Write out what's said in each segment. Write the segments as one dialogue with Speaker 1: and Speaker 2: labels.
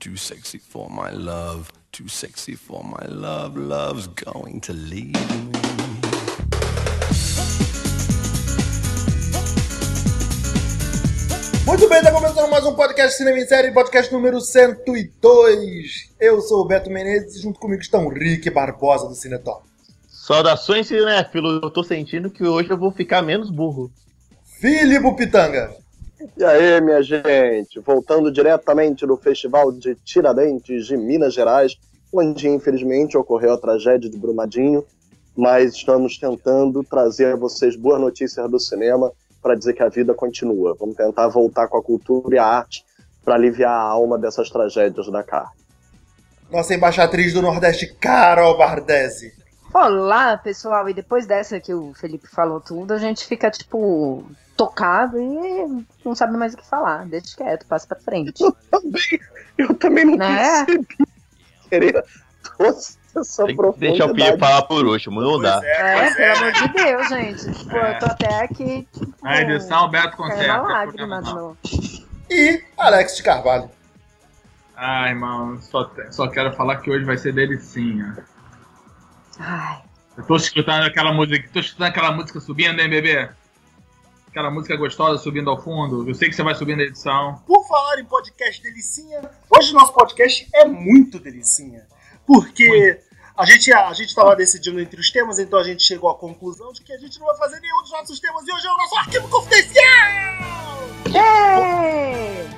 Speaker 1: Too sexy for my love, too sexy for my love, love's going to leave me.
Speaker 2: Muito bem, tá começando mais um podcast Cinema em Série, podcast número 102. Eu sou o Beto Menezes e junto comigo estão Rick Barbosa do Cinetop.
Speaker 3: Saudações, cinéfilo. Eu tô sentindo que hoje eu vou ficar menos burro.
Speaker 2: Filipe Pitanga.
Speaker 4: E aí, minha gente, voltando diretamente do Festival de Tiradentes de Minas Gerais, onde infelizmente ocorreu a tragédia de Brumadinho, mas estamos tentando trazer a vocês boas notícias do cinema para dizer que a vida continua. Vamos tentar voltar com a cultura e a arte para aliviar a alma dessas tragédias da carne.
Speaker 2: Nossa embaixatriz do Nordeste, Carol Bardesi.
Speaker 5: Olá, pessoal. E depois dessa que o Felipe falou tudo, a gente fica, tipo, tocado e não sabe mais o que falar. Deixa quieto, passa pra frente.
Speaker 4: Também, eu também não
Speaker 5: Né?
Speaker 4: percebi querer toda essa
Speaker 3: Tem que deixar o Pia falar por último, não dá.
Speaker 5: É,
Speaker 6: né?
Speaker 5: pelo amor de Deus,
Speaker 6: É.
Speaker 5: gente. Tipo, eu tô até aqui. Tipo, é,
Speaker 6: Na edição, o Beto
Speaker 5: caindo a
Speaker 6: conserta.
Speaker 5: lágrima de
Speaker 6: Não.
Speaker 5: novo.
Speaker 2: E Alex de Carvalho.
Speaker 6: Ai, Ah, irmão, só, te- só quero falar que hoje vai ser delicinha.
Speaker 5: Ai,
Speaker 6: Eu tô escutando aquela música, tô escutando aquela música subindo, hein, bebê? Aquela música gostosa subindo ao fundo. Eu sei que você vai subir na edição.
Speaker 7: Por falar em podcast delicinha, hoje nosso podcast é muito delicinha. Porque a gente a gente tava decidindo entre os temas, então a gente chegou à conclusão de que a gente não vai fazer nenhum dos nossos temas e hoje é o nosso arquivo confidencial!
Speaker 5: Ei!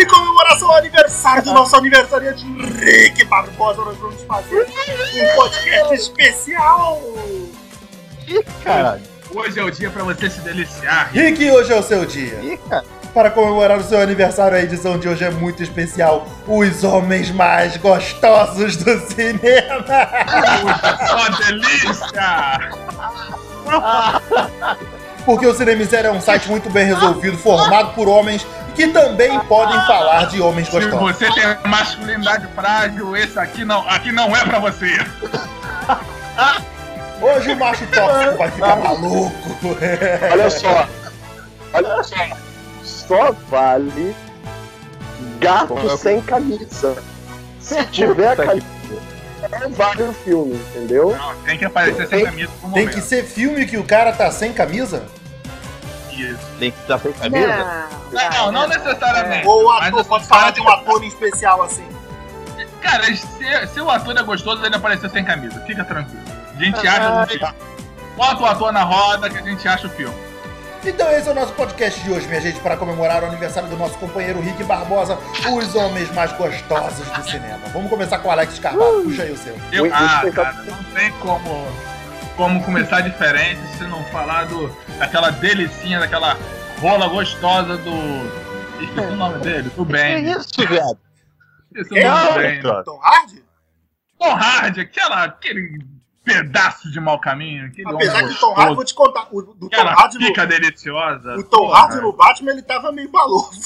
Speaker 7: Em comemoração ao aniversário do nosso aniversariante Rick Barbosa, nós vamos fazer um podcast especial!
Speaker 3: Caralho.
Speaker 6: Hoje é o dia pra você se deliciar.
Speaker 2: Rick, hoje é o seu dia.
Speaker 3: Ih, cara.
Speaker 2: Para comemorar o seu aniversário, a edição de hoje é muito especial. Os homens mais gostosos do cinema.
Speaker 6: Só delícia!
Speaker 2: Porque o Cinema em Série é um site muito bem resolvido, formado por homens que também podem falar de homens
Speaker 6: Se
Speaker 2: gostosos.
Speaker 6: você tem masculinidade frágil, esse aqui não, aqui não é pra você.
Speaker 2: Hoje o macho tóxico vai ficar maluco.
Speaker 4: Olha só. Olha só. Só vale gato sem camisa. Se tiver camisa, não vale o filme, entendeu?
Speaker 6: Não, tem que aparecer sem
Speaker 4: Tem-
Speaker 6: camisa por um
Speaker 2: Tem que
Speaker 6: momento.
Speaker 2: ser filme que o cara tá sem camisa?
Speaker 6: Isso.
Speaker 3: Tem que estar sem camisa?
Speaker 5: Não,
Speaker 6: É Não, não necessariamente.
Speaker 7: Ou o
Speaker 6: Mas eu
Speaker 7: ator,
Speaker 6: tô
Speaker 7: pode falar de um
Speaker 6: falando-
Speaker 7: ator em especial assim.
Speaker 6: Cara, se, se o ator é gostoso, ele apareceu sem camisa. Fica tranquilo. A gente
Speaker 7: Ah,
Speaker 6: acha o filme. Bota o ator na roda que a gente acha o filme.
Speaker 2: Então esse é o nosso podcast de hoje, minha gente, para comemorar o aniversário do nosso companheiro Rick Barbosa, os homens mais gostosos do cinema. Vamos começar com o Alex Carvalho, puxa aí o seu.
Speaker 6: Eu,
Speaker 4: Muito
Speaker 6: ah,
Speaker 4: bem,
Speaker 6: cara, não tem como, como começar diferente se não falar do, daquela delicinha, daquela rola gostosa do. Esqueci o nome dele, do Ben.
Speaker 3: isso, viado?
Speaker 6: Esqueci o
Speaker 4: É
Speaker 6: nome do Ben.
Speaker 7: Tom Hardy?
Speaker 6: Tom Hardy, aquela, aquele pedaço de mau caminho, aquele homem
Speaker 7: Apesar que Tom Hardy,
Speaker 6: é um gostoso,
Speaker 7: vou te contar, o, do Tom
Speaker 6: aquela
Speaker 7: Hardy no,
Speaker 6: pica deliciosa.
Speaker 7: O Tom
Speaker 6: Porra.
Speaker 7: Hardy no Batman, ele tava meio balofo.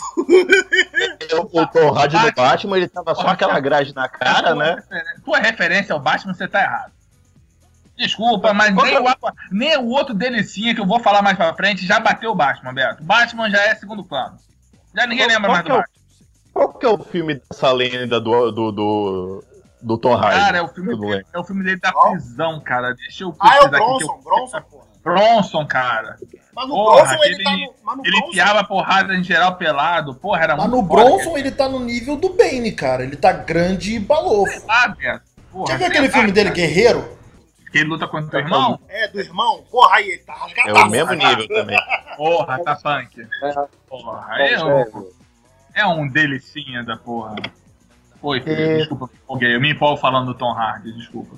Speaker 3: O Tom Hardy do Batman, ele tava só aquela grade na cara, né?
Speaker 6: Tua referência ao Batman, você tá errado. Desculpa, mas nem o, Aqua- nem o outro delicinha que eu vou falar mais pra frente já bateu o Batman, Beto. Batman já é segundo plano. Já ninguém
Speaker 3: Qual-
Speaker 6: lembra
Speaker 3: qual
Speaker 6: mais do
Speaker 3: que é o-
Speaker 6: Batman.
Speaker 3: Qual que é o filme dessa lenda do, do, do, do Tom Hardy?
Speaker 6: Cara, é o filme
Speaker 3: Tudo
Speaker 6: dele, é o filme dele da
Speaker 7: Qual?
Speaker 6: prisão, cara. Deixa eu
Speaker 7: Ah, é o
Speaker 6: pesquisar aqui que
Speaker 7: Bronson,
Speaker 6: eu-
Speaker 7: Bronson, porra.
Speaker 6: Bronson, cara.
Speaker 7: Mas no
Speaker 6: Porra,
Speaker 7: Bronson ele,
Speaker 6: ele-
Speaker 7: tá no. Mas no
Speaker 6: Ele
Speaker 7: Bronson,
Speaker 6: enfiava porrada em geral pelado. Porra, era
Speaker 2: Mas
Speaker 6: muito
Speaker 2: no
Speaker 6: foda,
Speaker 2: Bronson ele tá no nível do Bane, cara. Ele tá grande e balofo.
Speaker 6: cara. Ah, Beto. Porra,
Speaker 2: Já viu
Speaker 6: sei
Speaker 2: aquele
Speaker 6: lá,
Speaker 2: filme dele,
Speaker 6: cara.
Speaker 2: Guerreiro?
Speaker 6: Que ele luta contra o irmão?
Speaker 7: é do irmão, porra, aí ele tá rasgado.
Speaker 3: É o mesmo nível também.
Speaker 6: Porra, tá punk. Porra,
Speaker 4: É,
Speaker 6: aí eu. É um delicinha da porra. Oi, filho,
Speaker 3: É.
Speaker 6: desculpa, me empolguei. Eu me empolgo falando do Tom Hardy, desculpa.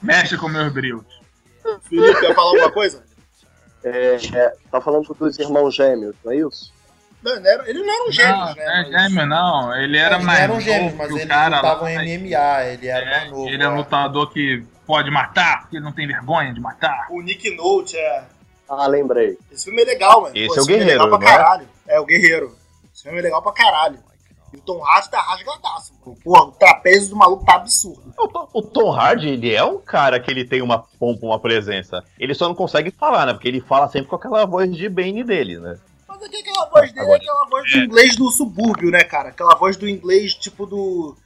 Speaker 6: Mexe com meus brilhos.
Speaker 7: Felipe, quer falar alguma coisa?
Speaker 4: É, é, tá falando dos irmãos gêmeos, não é isso?
Speaker 7: Não, ele, era, ele não era um gêmeo,
Speaker 6: não,
Speaker 7: né?
Speaker 6: não é
Speaker 7: mas- é,
Speaker 6: gêmeo, não. Ele era
Speaker 2: Eles não
Speaker 6: mais.
Speaker 7: um
Speaker 2: eram
Speaker 6: novo
Speaker 2: gêmeos,
Speaker 6: que
Speaker 2: um mas um
Speaker 6: o
Speaker 2: eles
Speaker 6: cara
Speaker 2: lutavam
Speaker 6: lá.
Speaker 2: MMA, ele era
Speaker 6: É,
Speaker 2: mais novo.
Speaker 6: ele é um
Speaker 2: é.
Speaker 6: lutador que pode matar, porque ele não tem vergonha de matar.
Speaker 7: O Nick Note, é.
Speaker 4: Ah, lembrei.
Speaker 7: Esse filme é legal, mano.
Speaker 3: Esse
Speaker 7: Pô,
Speaker 3: é o
Speaker 7: filme
Speaker 3: Guerreiro,
Speaker 7: legal pra
Speaker 3: não é?
Speaker 7: caralho. É? o Guerreiro. Esse filme é legal pra caralho. E o Tom Hardy tá rasgadaço, mano. Porra, o trapézio do maluco tá absurdo.
Speaker 3: O Tom- O Tom Hardy, ele é um cara que ele tem uma pompa, uma presença. Ele só não consegue falar, né? Porque ele fala sempre com aquela voz de Bane dele, né?
Speaker 7: Mas aqui é aquela aquela voz dele é aquela voz do inglês do subúrbio, né, cara? Aquela voz do inglês, tipo, do.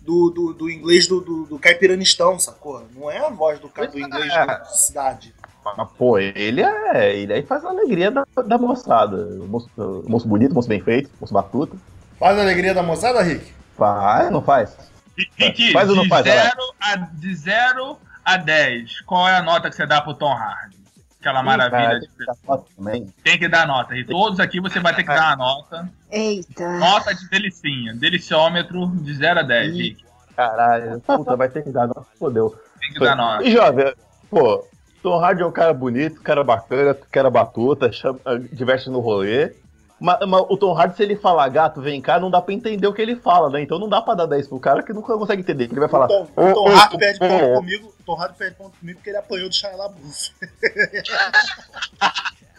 Speaker 7: Do, do, do inglês do, do, do caipiranistão, sacou? Não é a voz do, ca- do inglês da cidade.
Speaker 3: Ah, pô, ele é. Ele aí faz a alegria da, da moçada. O moço, o moço bonito, o moço bem feito, o moço batuta.
Speaker 2: Faz a alegria da moçada, Rick?
Speaker 3: Faz, não faz?
Speaker 6: Rick,
Speaker 3: Faz ou não
Speaker 6: de
Speaker 3: faz, Alex?
Speaker 6: 0 a, de 0 a 10, qual é a nota que você dá pro Tom Hardy? Aquela maravilha. de pessoa.
Speaker 3: Tá fácil também.
Speaker 6: Tem que dar nota. E todos aqui você vai ter que dar uma nota.
Speaker 5: Eita.
Speaker 6: Nota de delicinha. Deliciômetro de 0 a 10, Rick.
Speaker 3: Caralho, puta, vai ter que dar, não fodeu.
Speaker 6: Tem que dar nota.
Speaker 3: E jovem, pô, Tom Hardy é um cara bonito, cara bacana, cara batuta, chama, diverte no rolê. Mas, mas o Tom Hardy, se ele falar gato, vem cá, não dá pra entender o que ele fala, né? Então não dá pra dar 10 pro cara que nunca consegue entender. Ele vai falar.
Speaker 7: Tom,
Speaker 3: "Ô,
Speaker 7: Tom
Speaker 3: ô,
Speaker 7: Hardy perde
Speaker 3: ô,
Speaker 7: ponto
Speaker 3: ô".
Speaker 7: comigo. Tom Hardy perde ponto comigo porque ele apanhou do Shia LaBeouf.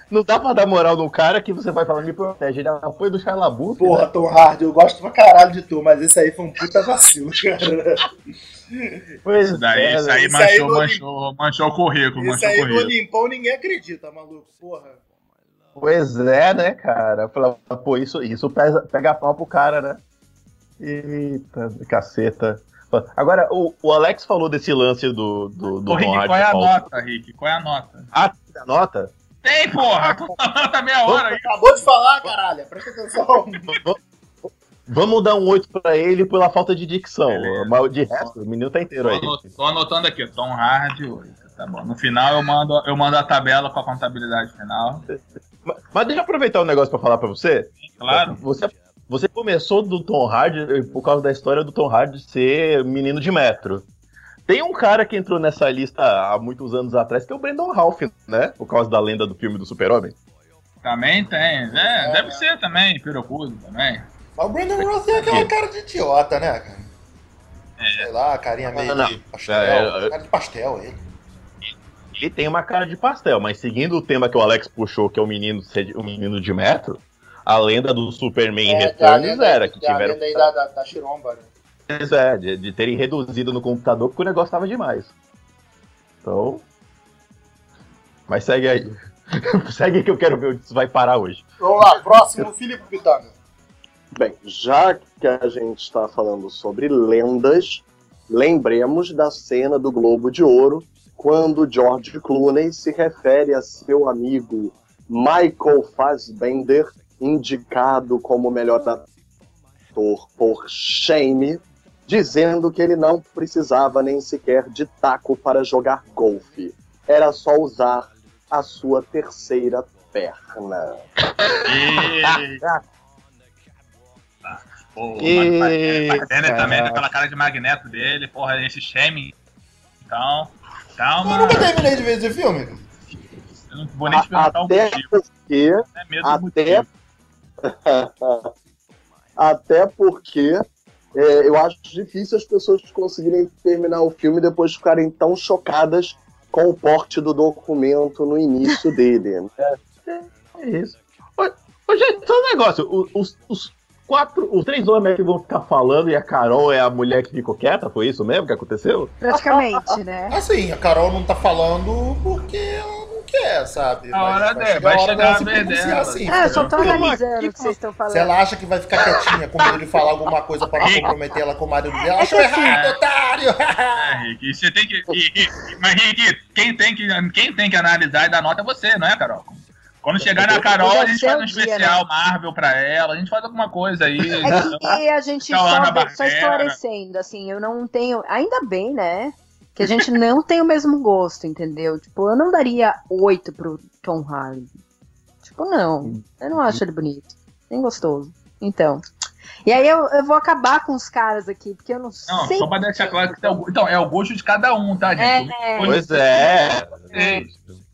Speaker 3: Não dá pra dar moral no cara que você vai falar, me protege. Ele apoia do Charlabu.
Speaker 7: Porra, Tom Hardy, eu gosto pra caralho de tu, mas esse aí foi um puta vacilo, cara.
Speaker 3: Pois
Speaker 6: Isso daí,
Speaker 3: é,
Speaker 6: isso aí
Speaker 7: Isso aí
Speaker 6: manchou,
Speaker 7: não-
Speaker 6: manchou, manchou o currículo,
Speaker 7: Esse
Speaker 6: manchou o
Speaker 7: aí é do
Speaker 6: currículo.
Speaker 7: Olimpão ninguém acredita, maluco, porra.
Speaker 3: Pois é, né, cara? Fala, pô, isso, isso pesa- pega pau pro cara, né? Eita, caceta. Agora, o, o Alex falou desse lance do, do, do
Speaker 6: Ô, Rick,
Speaker 3: Tom Hardy
Speaker 6: qual é a
Speaker 3: falso.
Speaker 6: nota, Rick? Qual é a nota?
Speaker 3: Da nota?
Speaker 6: Tem, porra! Tu falou tá meia hora aí.
Speaker 7: Acabou de falar, caralho, presta atenção.
Speaker 3: Vamos dar um 8 pra ele pela falta de dicção.
Speaker 6: Beleza.
Speaker 3: Mas de resto, o menino tá inteiro aí.
Speaker 6: Tô, anot- tô anotando aqui, Tom Hard 8. Tá bom. No final eu mando, eu mando a tabela com a contabilidade final.
Speaker 3: Mas, mas deixa eu aproveitar um negócio pra falar pra você.
Speaker 6: Claro.
Speaker 3: Você, você começou do Tom Hardy eh, por causa da história do Tom Hardy ser menino de metro. Tem um cara que entrou nessa lista há muitos anos atrás, que é o Brandon Ralph, né? Por causa da lenda do filme do Super-Homem.
Speaker 6: Também tem. É, deve ser também, pirocudo também.
Speaker 2: Mas o Brandon Ross tem aquela cara de idiota, né, cara?
Speaker 6: É.
Speaker 2: Sei lá, a carinha meio
Speaker 3: não.
Speaker 2: de pastel.
Speaker 3: É, é, é.
Speaker 2: Cara de pastel, ele.
Speaker 3: Ele tem uma cara de pastel, mas seguindo o tema que o Alex puxou, que é o menino, ser- o menino de metro, a lenda do Superman
Speaker 7: É,
Speaker 3: Returns era que
Speaker 7: a
Speaker 3: tiveram
Speaker 7: lenda aí da, da, da Chiromba, né?
Speaker 3: Pois é, de, de terem reduzido no computador porque o negócio tava demais. Então. Mas segue aí. segue que eu quero ver onde isso vai parar hoje.
Speaker 7: Vamos lá, próximo, Filipe Pitanga.
Speaker 4: Bem, já que a gente está falando sobre lendas, lembremos da cena do Globo de Ouro, quando George Clooney se refere a seu amigo Michael Fassbender, indicado como melhor ator por Shame, dizendo que ele não precisava nem sequer de taco para jogar golfe. Era só usar a sua terceira perna.
Speaker 6: Tá. Pô,
Speaker 3: Que
Speaker 6: mas faz- faz cena também
Speaker 3: caraca.
Speaker 6: com aquela cara de magneto dele, porra, esse shaming. Então,
Speaker 2: Eu
Speaker 6: calma.
Speaker 2: nunca terminei de ver esse filme. cara.
Speaker 6: Eu não é vou nem te
Speaker 4: A-
Speaker 6: perguntar o
Speaker 4: até
Speaker 6: motivo,
Speaker 4: porque
Speaker 6: né? Mesmo
Speaker 4: até-
Speaker 6: motivo.
Speaker 4: Até porque é, eu acho difícil as pessoas conseguirem terminar o filme e depois ficarem tão chocadas com o porte do documento no início dele. né?
Speaker 3: É isso. Ô, ô, gente, só um negócio. o- Os, os quatro. Os três homens que vão ficar falando e a Carol é a mulher que ficou quieta, foi isso mesmo que aconteceu?
Speaker 5: Praticamente, né?
Speaker 2: Assim, a Carol não tá falando porque ela não quer, sabe?
Speaker 6: A hora dela, vai chegar
Speaker 2: dela
Speaker 6: a
Speaker 2: se
Speaker 6: vez
Speaker 2: pronunciar,
Speaker 6: dela.
Speaker 2: assim,
Speaker 5: É, eu só
Speaker 2: entendeu?
Speaker 5: tô analisando o que vocês estão
Speaker 2: Se
Speaker 5: falando.
Speaker 2: ela acha que vai ficar quietinha com medo de falar alguma coisa pra
Speaker 7: É
Speaker 2: não comprometer ela com o marido dela, achou
Speaker 5: que assim-
Speaker 2: errado, otário!
Speaker 6: É, Rick, e você tem que. e- e- mas, Rick, quem tem que, quem tem que analisar e dar nota é você, não é, Carol? Quando chegar na Carol, a gente
Speaker 5: Você é
Speaker 6: faz
Speaker 5: o
Speaker 6: um
Speaker 5: dia,
Speaker 6: especial Marvel pra ela, a gente faz alguma coisa aí.
Speaker 5: É que a gente
Speaker 6: Tá lá na
Speaker 5: só,
Speaker 6: Barbera.
Speaker 5: só esclarecendo, assim, eu não tenho. Ainda bem, né? Que a gente não tem o mesmo gosto, entendeu? Tipo, eu não daria oito pro Tom Hardy. Tipo, não. Eu não acho ele bonito. Nem gostoso. Então. E aí eu, eu vou acabar com os caras aqui, porque eu não,
Speaker 6: Não,
Speaker 5: sei.
Speaker 6: só pra deixar claro que tem o, então, é o gosto de cada um, tá, gente?
Speaker 5: É,
Speaker 6: Pois
Speaker 3: Pois é.
Speaker 6: É.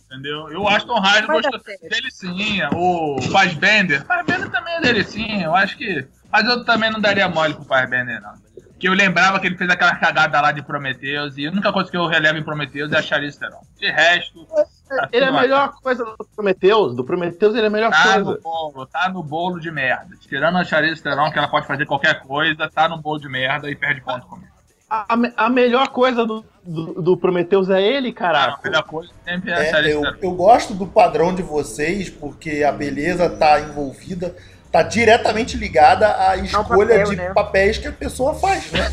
Speaker 6: Entendeu? Eu acho Tom Hardy
Speaker 5: Mas
Speaker 6: gostoso.
Speaker 5: é sério.
Speaker 6: Delicinha, o Fassbender. Fassbender também é delicinha, eu acho que. Mas eu também não daria mole pro Fassbender, não. Que eu lembrava que ele fez aquela cagada lá de Prometheus e a única coisa que eu relevo em Prometheus é a Charlize Theron. De resto, tá
Speaker 3: Ele é
Speaker 6: tudo
Speaker 3: a melhor coisa do Prometheus. Do Prometheus ele é a melhor
Speaker 6: Tá no
Speaker 3: coisa.
Speaker 6: bolo, tá no bolo de merda. Tirando a Charlize Theron, que ela pode fazer qualquer coisa, tá no bolo de merda e perde ponto comigo.
Speaker 3: A, me- a melhor coisa do, do, do Prometheus é ele,
Speaker 6: A
Speaker 3: caraca.
Speaker 6: melhor coisa sempre é
Speaker 2: É,
Speaker 6: achar
Speaker 2: eu,
Speaker 6: isso.
Speaker 2: eu gosto do padrão de vocês, porque a beleza tá envolvida, tá diretamente ligada à escolha
Speaker 5: papel,
Speaker 2: de
Speaker 5: né?
Speaker 2: papéis que a pessoa faz, né?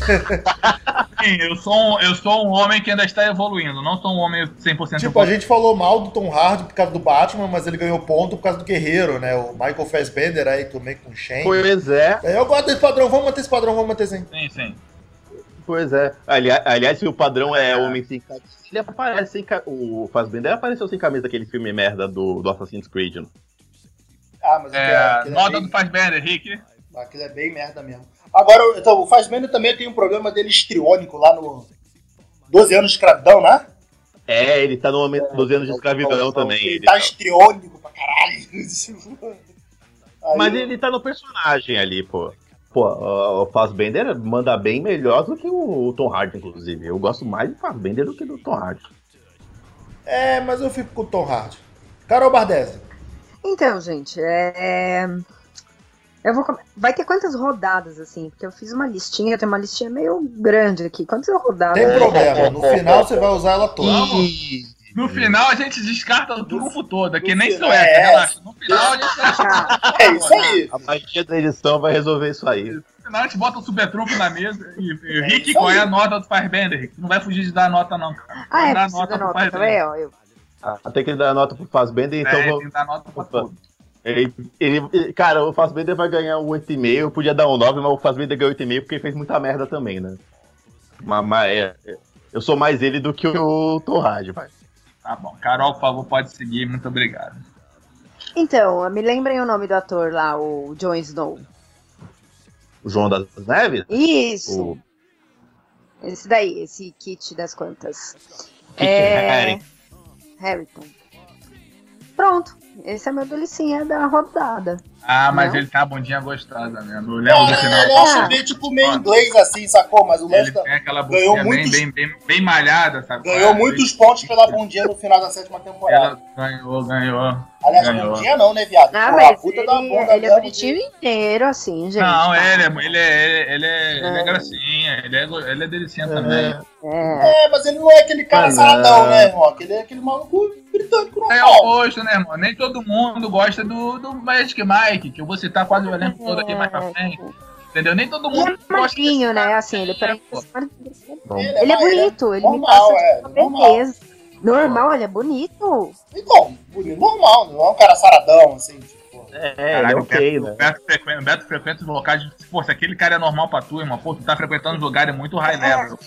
Speaker 6: Sim, eu sou, um, eu sou um homem que ainda está evoluindo, não sou um homem 100%
Speaker 2: tipo, a gente falou mal do Tom Hardy por causa do Batman, mas ele ganhou ponto por causa do Guerreiro, né? O Michael Fassbender aí também com o Shane.
Speaker 3: Pois é,
Speaker 2: É, Eu gosto desse padrão, vamos manter esse padrão, vamos manter sim.
Speaker 6: Sim, sim.
Speaker 3: pois é. Ali- aliás, se o padrão é homem sem camisa, ele aparece sem camisa. O Fazbender apareceu sem camisa daquele filme merda do, do Assassin's Creed. Né?
Speaker 2: Ah, mas
Speaker 6: É,
Speaker 2: aquele,
Speaker 6: nota
Speaker 2: aquele, é
Speaker 6: do
Speaker 2: bem,
Speaker 6: Fazbender, Rick.
Speaker 2: aquele é bem merda mesmo.
Speaker 7: Agora, então, o Fazbender também tem um problema dele estriônico lá no 12 anos de escravidão, né?
Speaker 3: É, ele tá no homem 12 anos de escravidão também.
Speaker 7: Ele
Speaker 3: ele
Speaker 7: tá
Speaker 3: tá.
Speaker 7: estriônico pra caralho. Aí,
Speaker 3: Mas ele tá no personagem ali, pô. Pô, o Fazbender manda bem melhor do que o Tom Hardy, inclusive. Eu gosto mais do Fazbender do que do Tom Hardy.
Speaker 2: É, mas eu fico com o Tom Hardy. Carol Bardesi.
Speaker 5: Então, gente, é... eu vou come- vai ter quantas rodadas assim? Porque eu fiz uma listinha, eu tenho uma listinha meio grande aqui. Quantas rodadas?
Speaker 6: É.
Speaker 2: Tem problema, no final você vai usar ela toda.
Speaker 6: No final a gente descarta o grupo todo, aqui nem
Speaker 7: final
Speaker 6: sou eu,
Speaker 7: é
Speaker 6: relaxa. No final a gente,
Speaker 5: Tá.
Speaker 7: É isso aí.
Speaker 3: A magia da É. edição vai resolver isso aí.
Speaker 6: no final a gente bota o supertrunfo na mesa e, e Rick, qual é a nota do Fazbender? Rick? Não vai fugir de dar nota, não, cara.
Speaker 5: Ah,
Speaker 6: Vai
Speaker 5: é,
Speaker 6: dar
Speaker 5: precisa da
Speaker 6: pro
Speaker 5: nota, tá
Speaker 6: Fazbender.
Speaker 5: vendo? Eu-
Speaker 3: Até que ele dá nota pro Fazbender, então
Speaker 6: é,
Speaker 3: vamos.
Speaker 6: tem que dar nota pra
Speaker 3: Opa.
Speaker 6: tudo.
Speaker 3: Ele, ele- cara, o Fazbender vai ganhar um 8,5, eu podia dar um 9, mas o Fazbender ganhou 8,5 porque ele fez muita merda também, né? Mas, mas é- é- eu sou mais ele do que o Tom Hardy, vai.
Speaker 6: Tá bom. Carol, por favor, pode seguir. Muito obrigado.
Speaker 5: Então, me lembrem o nome do ator lá, o Jon Snow.
Speaker 3: O João das Neves?
Speaker 5: Isso,
Speaker 3: O
Speaker 5: esse daí, esse kit das quantas.
Speaker 6: né,
Speaker 5: É,
Speaker 3: Kit Haring.
Speaker 5: Harrington. Pronto, esse é meu delicinha da rodada.
Speaker 6: Ah, mas
Speaker 5: Não?
Speaker 6: ele tá a bundinha gostosa mesmo. Eu lembro
Speaker 2: é
Speaker 6: do
Speaker 7: Ele
Speaker 6: final.
Speaker 2: um
Speaker 7: acha meio tipo meio inglês assim, sacou? Mas o
Speaker 6: Ele
Speaker 7: lance da-
Speaker 6: tem aquela
Speaker 7: ganhou
Speaker 6: bundinha bem,
Speaker 7: muitos-
Speaker 6: bem, bem, bem malhada, sabe?
Speaker 7: ganhou
Speaker 6: Ela-
Speaker 7: muitos pontos pela bundinha no final da sétima temporada.
Speaker 6: Ela ganhou, ganhou.
Speaker 7: Aliás,
Speaker 6: ganhou.
Speaker 7: bundinha não, né, viado? Porra,
Speaker 5: Ah,
Speaker 7: a
Speaker 5: mas
Speaker 7: puta
Speaker 5: ele,
Speaker 7: da bunda
Speaker 5: ele é
Speaker 7: mesmo,
Speaker 5: bonitinho inteiro, assim, gente.
Speaker 6: Não,
Speaker 5: tá?
Speaker 6: ele é, ele é, ele é, ele é
Speaker 5: É.
Speaker 6: gracinha, ele é, ele é delicinha também.
Speaker 5: É.
Speaker 7: É, mas ele não é aquele cara
Speaker 3: Ah,
Speaker 7: saradão,
Speaker 3: não.
Speaker 7: né, irmão? Ele é aquele maluco britânico
Speaker 6: É
Speaker 7: normal.
Speaker 6: o oposto, né, irmão? Nem todo mundo gosta do, do Magic Mike, que eu vou citar quase o elenco todo aqui mais pra frente, entendeu? Nem todo
Speaker 5: Ele
Speaker 6: mundo
Speaker 5: é magrinho,
Speaker 6: desse
Speaker 5: É. né?
Speaker 6: cara.
Speaker 5: Assim, ele parece.
Speaker 7: ele
Speaker 5: Ele é
Speaker 7: mais-
Speaker 5: bonito, ele me
Speaker 7: normal,
Speaker 5: passa
Speaker 7: é,
Speaker 5: tipo,
Speaker 7: ele é normal.
Speaker 5: beleza. Normal, ele é bonito.
Speaker 7: Então, bonito, normal, não é um cara saradão, assim, tipo.
Speaker 3: É, ele é
Speaker 6: Caraca,
Speaker 3: ok,
Speaker 6: o Beto,
Speaker 3: né?
Speaker 6: o Beto frequenta, o Beto frequenta os locais. de- Pô, se aquele cara é normal pra tu, irmão, pô, tu tá frequentando os lugares muito
Speaker 5: É.
Speaker 6: high level.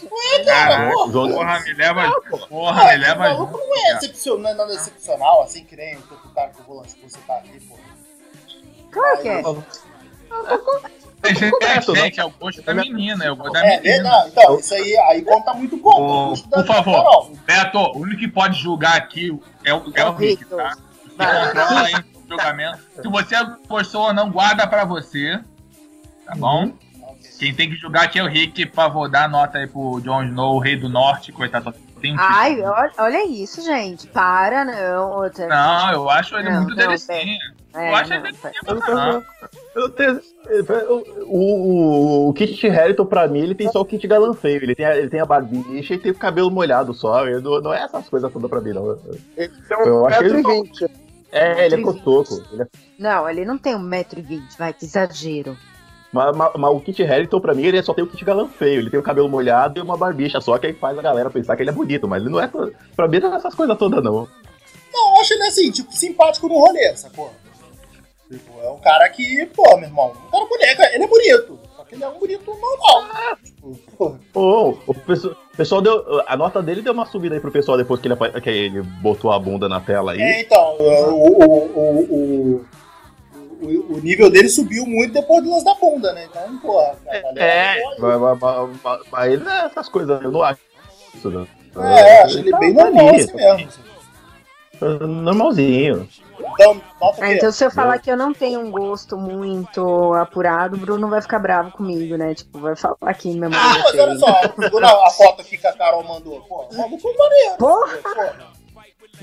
Speaker 6: Caraca,
Speaker 7: porra.
Speaker 6: porra, me leva. Porra,
Speaker 7: Ah,
Speaker 6: me
Speaker 7: esse
Speaker 6: leva.
Speaker 7: maluco
Speaker 6: junto,
Speaker 7: não é
Speaker 6: um cara.
Speaker 7: excepcional, não é nada excepcional, assim, que nem o outro cara que eu vou lançar que você tá aqui, pô.
Speaker 5: Claro que é.
Speaker 6: Tem gente, tem
Speaker 3: Beto,
Speaker 6: gente, é o gosto da menina, é o gosto da
Speaker 7: É, né,
Speaker 6: menina.
Speaker 7: não, então, isso aí, aí conta muito pouco.
Speaker 6: Ô,
Speaker 7: o custo da-
Speaker 6: por
Speaker 7: da
Speaker 6: favor,
Speaker 7: Carol.
Speaker 6: Beto, o único que pode julgar aqui é o, é o Rick, tá? Que controla aí o julgamento. Se você gostou ou não, guarda pra você. Tá bom? Quem tem que julgar aqui é o Rick, pra vou dar nota aí pro Jon Snow, o rei do norte, coitado. Tem que-
Speaker 5: Ai, olha, olha isso, gente. Para, não. Outra.
Speaker 6: Não, eu acho ele
Speaker 5: Não,
Speaker 6: muito
Speaker 5: não,
Speaker 6: delicinho.
Speaker 5: É,
Speaker 6: eu acho
Speaker 5: não,
Speaker 6: ele
Speaker 5: pera.
Speaker 6: delicinho pra caramba.
Speaker 3: Eu tenho- O, o, o Kit Harington, pra mim, ele tem só o Kit Galanfeio. Ele tem a, ele tem a barbicha e tem o cabelo molhado só. Eu não, não é essas coisas todas pra mim, não. Eu achei ele-
Speaker 4: 1,20m.
Speaker 3: É, ele é cotoco. Ele é-
Speaker 5: não, ele não tem 1,20m, vai, que exagero.
Speaker 3: Mas, mas- mas o Kit Harington, pra mim, ele só tem o Kit Galanfeio. Ele tem o cabelo molhado e uma barbicha só, que aí faz a galera pensar que ele é bonito. Mas ele não é. to- Pra mim, não é essas coisas todas, não.
Speaker 7: Não, eu acho ele assim, tipo, simpático no rolê, sacou? Tipo, é um cara que, pô, meu irmão, um cara boneca, ele é bonito. Só que ele é um bonito normal. Tipo, pô,
Speaker 3: Ô, ô, o pessoal, o pessoal deu. A nota dele deu uma subida aí pro pessoal depois que ele, apa- que ele botou a bunda na tela aí.
Speaker 7: É, então, o, o, o, o, o, o nível dele subiu muito depois do lance da bunda, né? Então, porra, a galera-
Speaker 3: É, mas, mas, mas- mas- mas ele não é essas coisas, eu não acho isso, não.
Speaker 7: É, acho ele bem
Speaker 3: tá
Speaker 7: normal
Speaker 3: ali,
Speaker 7: assim mesmo.
Speaker 3: tá Normalzinho.
Speaker 7: Então, nota
Speaker 5: Ah,
Speaker 7: o quê?
Speaker 5: então, se eu falar que eu não tenho um gosto muito apurado, o Bruno vai ficar bravo comigo, né? Tipo, vai falar que minha mãe.
Speaker 7: Ah, mas olha só, quando a foto aqui que a Carol mandou, pô, o maluco é maneiro,
Speaker 5: Porra!
Speaker 7: pô.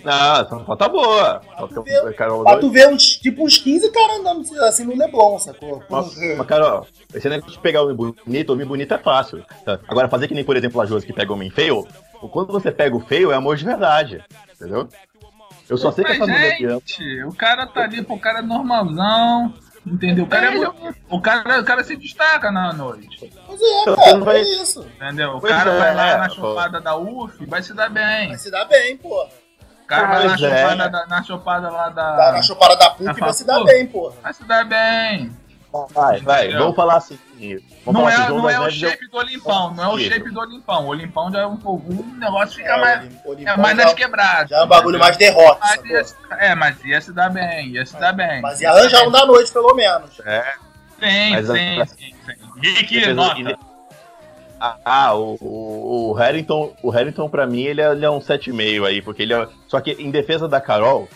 Speaker 3: Ah, essa foto tá boa. Só que eu- Carol,
Speaker 7: Pra tu ver uns, tipo uns 15 caras andando assim no Leblon, sacou?
Speaker 3: Nossa, mas Carol, esse negócio de pegar homem bonito, homem bonito é fácil. tá? Agora, fazer que nem, por exemplo, a Josi que pega homem feio, quando você pega o feio, é amor de verdade. Entendeu? Eu só sei que é
Speaker 6: Mas,
Speaker 3: essa mulher que ama.
Speaker 6: gente, o cara tá ali, pô, o cara é normalzão. Entendeu? O cara, é bonito. o cara, o cara se destaca na noite.
Speaker 7: Pois é,
Speaker 3: Então,
Speaker 7: cara,
Speaker 3: não vai-
Speaker 7: é isso.
Speaker 6: Entendeu? O
Speaker 3: Pois
Speaker 6: cara
Speaker 3: é,
Speaker 6: vai lá
Speaker 3: é,
Speaker 6: na
Speaker 3: pô.
Speaker 6: chupada da UF, vai se dar bem.
Speaker 7: Vai se dar bem, pô.
Speaker 6: O cara vai na
Speaker 3: Pois é.
Speaker 6: chupada, da- na chupada lá
Speaker 7: Tá
Speaker 6: da.
Speaker 7: na chupada da
Speaker 3: Ah.
Speaker 7: PUC vai se dar
Speaker 6: Pô.
Speaker 7: bem, pô.
Speaker 6: Vai se dar bem.
Speaker 3: Vai, vai,
Speaker 6: Entendeu?
Speaker 3: vamos falar assim. Vamos
Speaker 6: Não
Speaker 3: falar
Speaker 6: é,
Speaker 3: assim, João
Speaker 6: não
Speaker 3: das
Speaker 6: é o
Speaker 3: Neves é
Speaker 6: shape do Olimpão, não é o
Speaker 3: Horrível.
Speaker 6: shape do Olimpão. O Olimpão já é um pouco. O negócio fica
Speaker 7: É,
Speaker 6: mais,
Speaker 7: Olim- Olimpão
Speaker 6: é mais
Speaker 7: já-
Speaker 6: nas quebradas.
Speaker 7: Já é um bagulho mais derrota,
Speaker 6: Mas ia,
Speaker 7: sacou?
Speaker 6: é, mas ia se dar bem, ia se dar bem.
Speaker 7: Mas ia arranjar um da noite, pelo menos.
Speaker 6: Sim,
Speaker 3: Mas a-
Speaker 6: sim, sim, sim. Geek,
Speaker 3: Defesa-
Speaker 6: nota.
Speaker 3: ele- Ah, ah, o, o, o Harrington, o Harrington pra mim, ele é, ele é um 7,5 aí, porque ele é. Só que em defesa da Carol,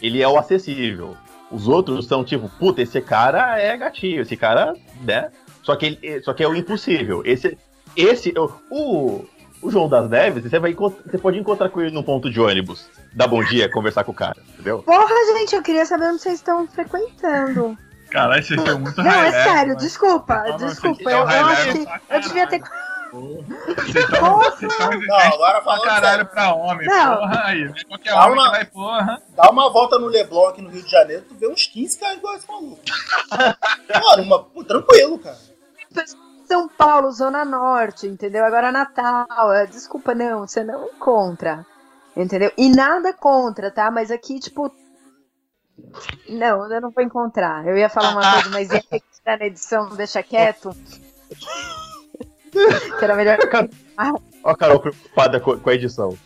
Speaker 3: ele é o acessível. Os outros são tipo, puta, esse cara é gatinho, esse cara, né? Só que, ele, só que é o impossível. Esse. esse o, o, o João das Neves, você, vai, encont- você pode encontrar com ele num ponto de ônibus, dar bom dia, conversar com o cara, entendeu?
Speaker 5: Porra, gente, eu queria saber onde vocês estão frequentando.
Speaker 6: Caralho, vocês são muito
Speaker 5: Não, é
Speaker 6: high-level,
Speaker 5: sério,
Speaker 6: mano.
Speaker 5: desculpa,
Speaker 6: Não, não,
Speaker 5: desculpa.
Speaker 6: vocês
Speaker 5: Eu,
Speaker 6: são
Speaker 5: eu acho
Speaker 6: high-level
Speaker 5: que
Speaker 6: pra
Speaker 5: eu devia ter.
Speaker 6: Vocês são- vocês são
Speaker 7: Não,
Speaker 6: resistentes
Speaker 7: agora
Speaker 6: Tá pra
Speaker 7: falando
Speaker 6: caralho
Speaker 7: sério.
Speaker 6: pra homem,
Speaker 5: Não.
Speaker 6: porra aí. Não é Qualquer
Speaker 7: Calma.
Speaker 6: homem que vai, porra.
Speaker 7: Dá uma volta no Leblon aqui no Rio de Janeiro, tu vê uns 15 caras igual esse maluco. Mano, uma, pô, tranquilo, cara.
Speaker 5: São Paulo, Zona Norte, entendeu? Agora Natal. é, Desculpa, não, você não encontra. Entendeu? E nada contra, tá? Mas aqui, tipo. Não, eu não vou encontrar. Eu ia falar uma coisa, mas ia ter que tirar na edição, deixa quieto. que era melhor.
Speaker 3: Ó, a Carol preocupada co- com a edição.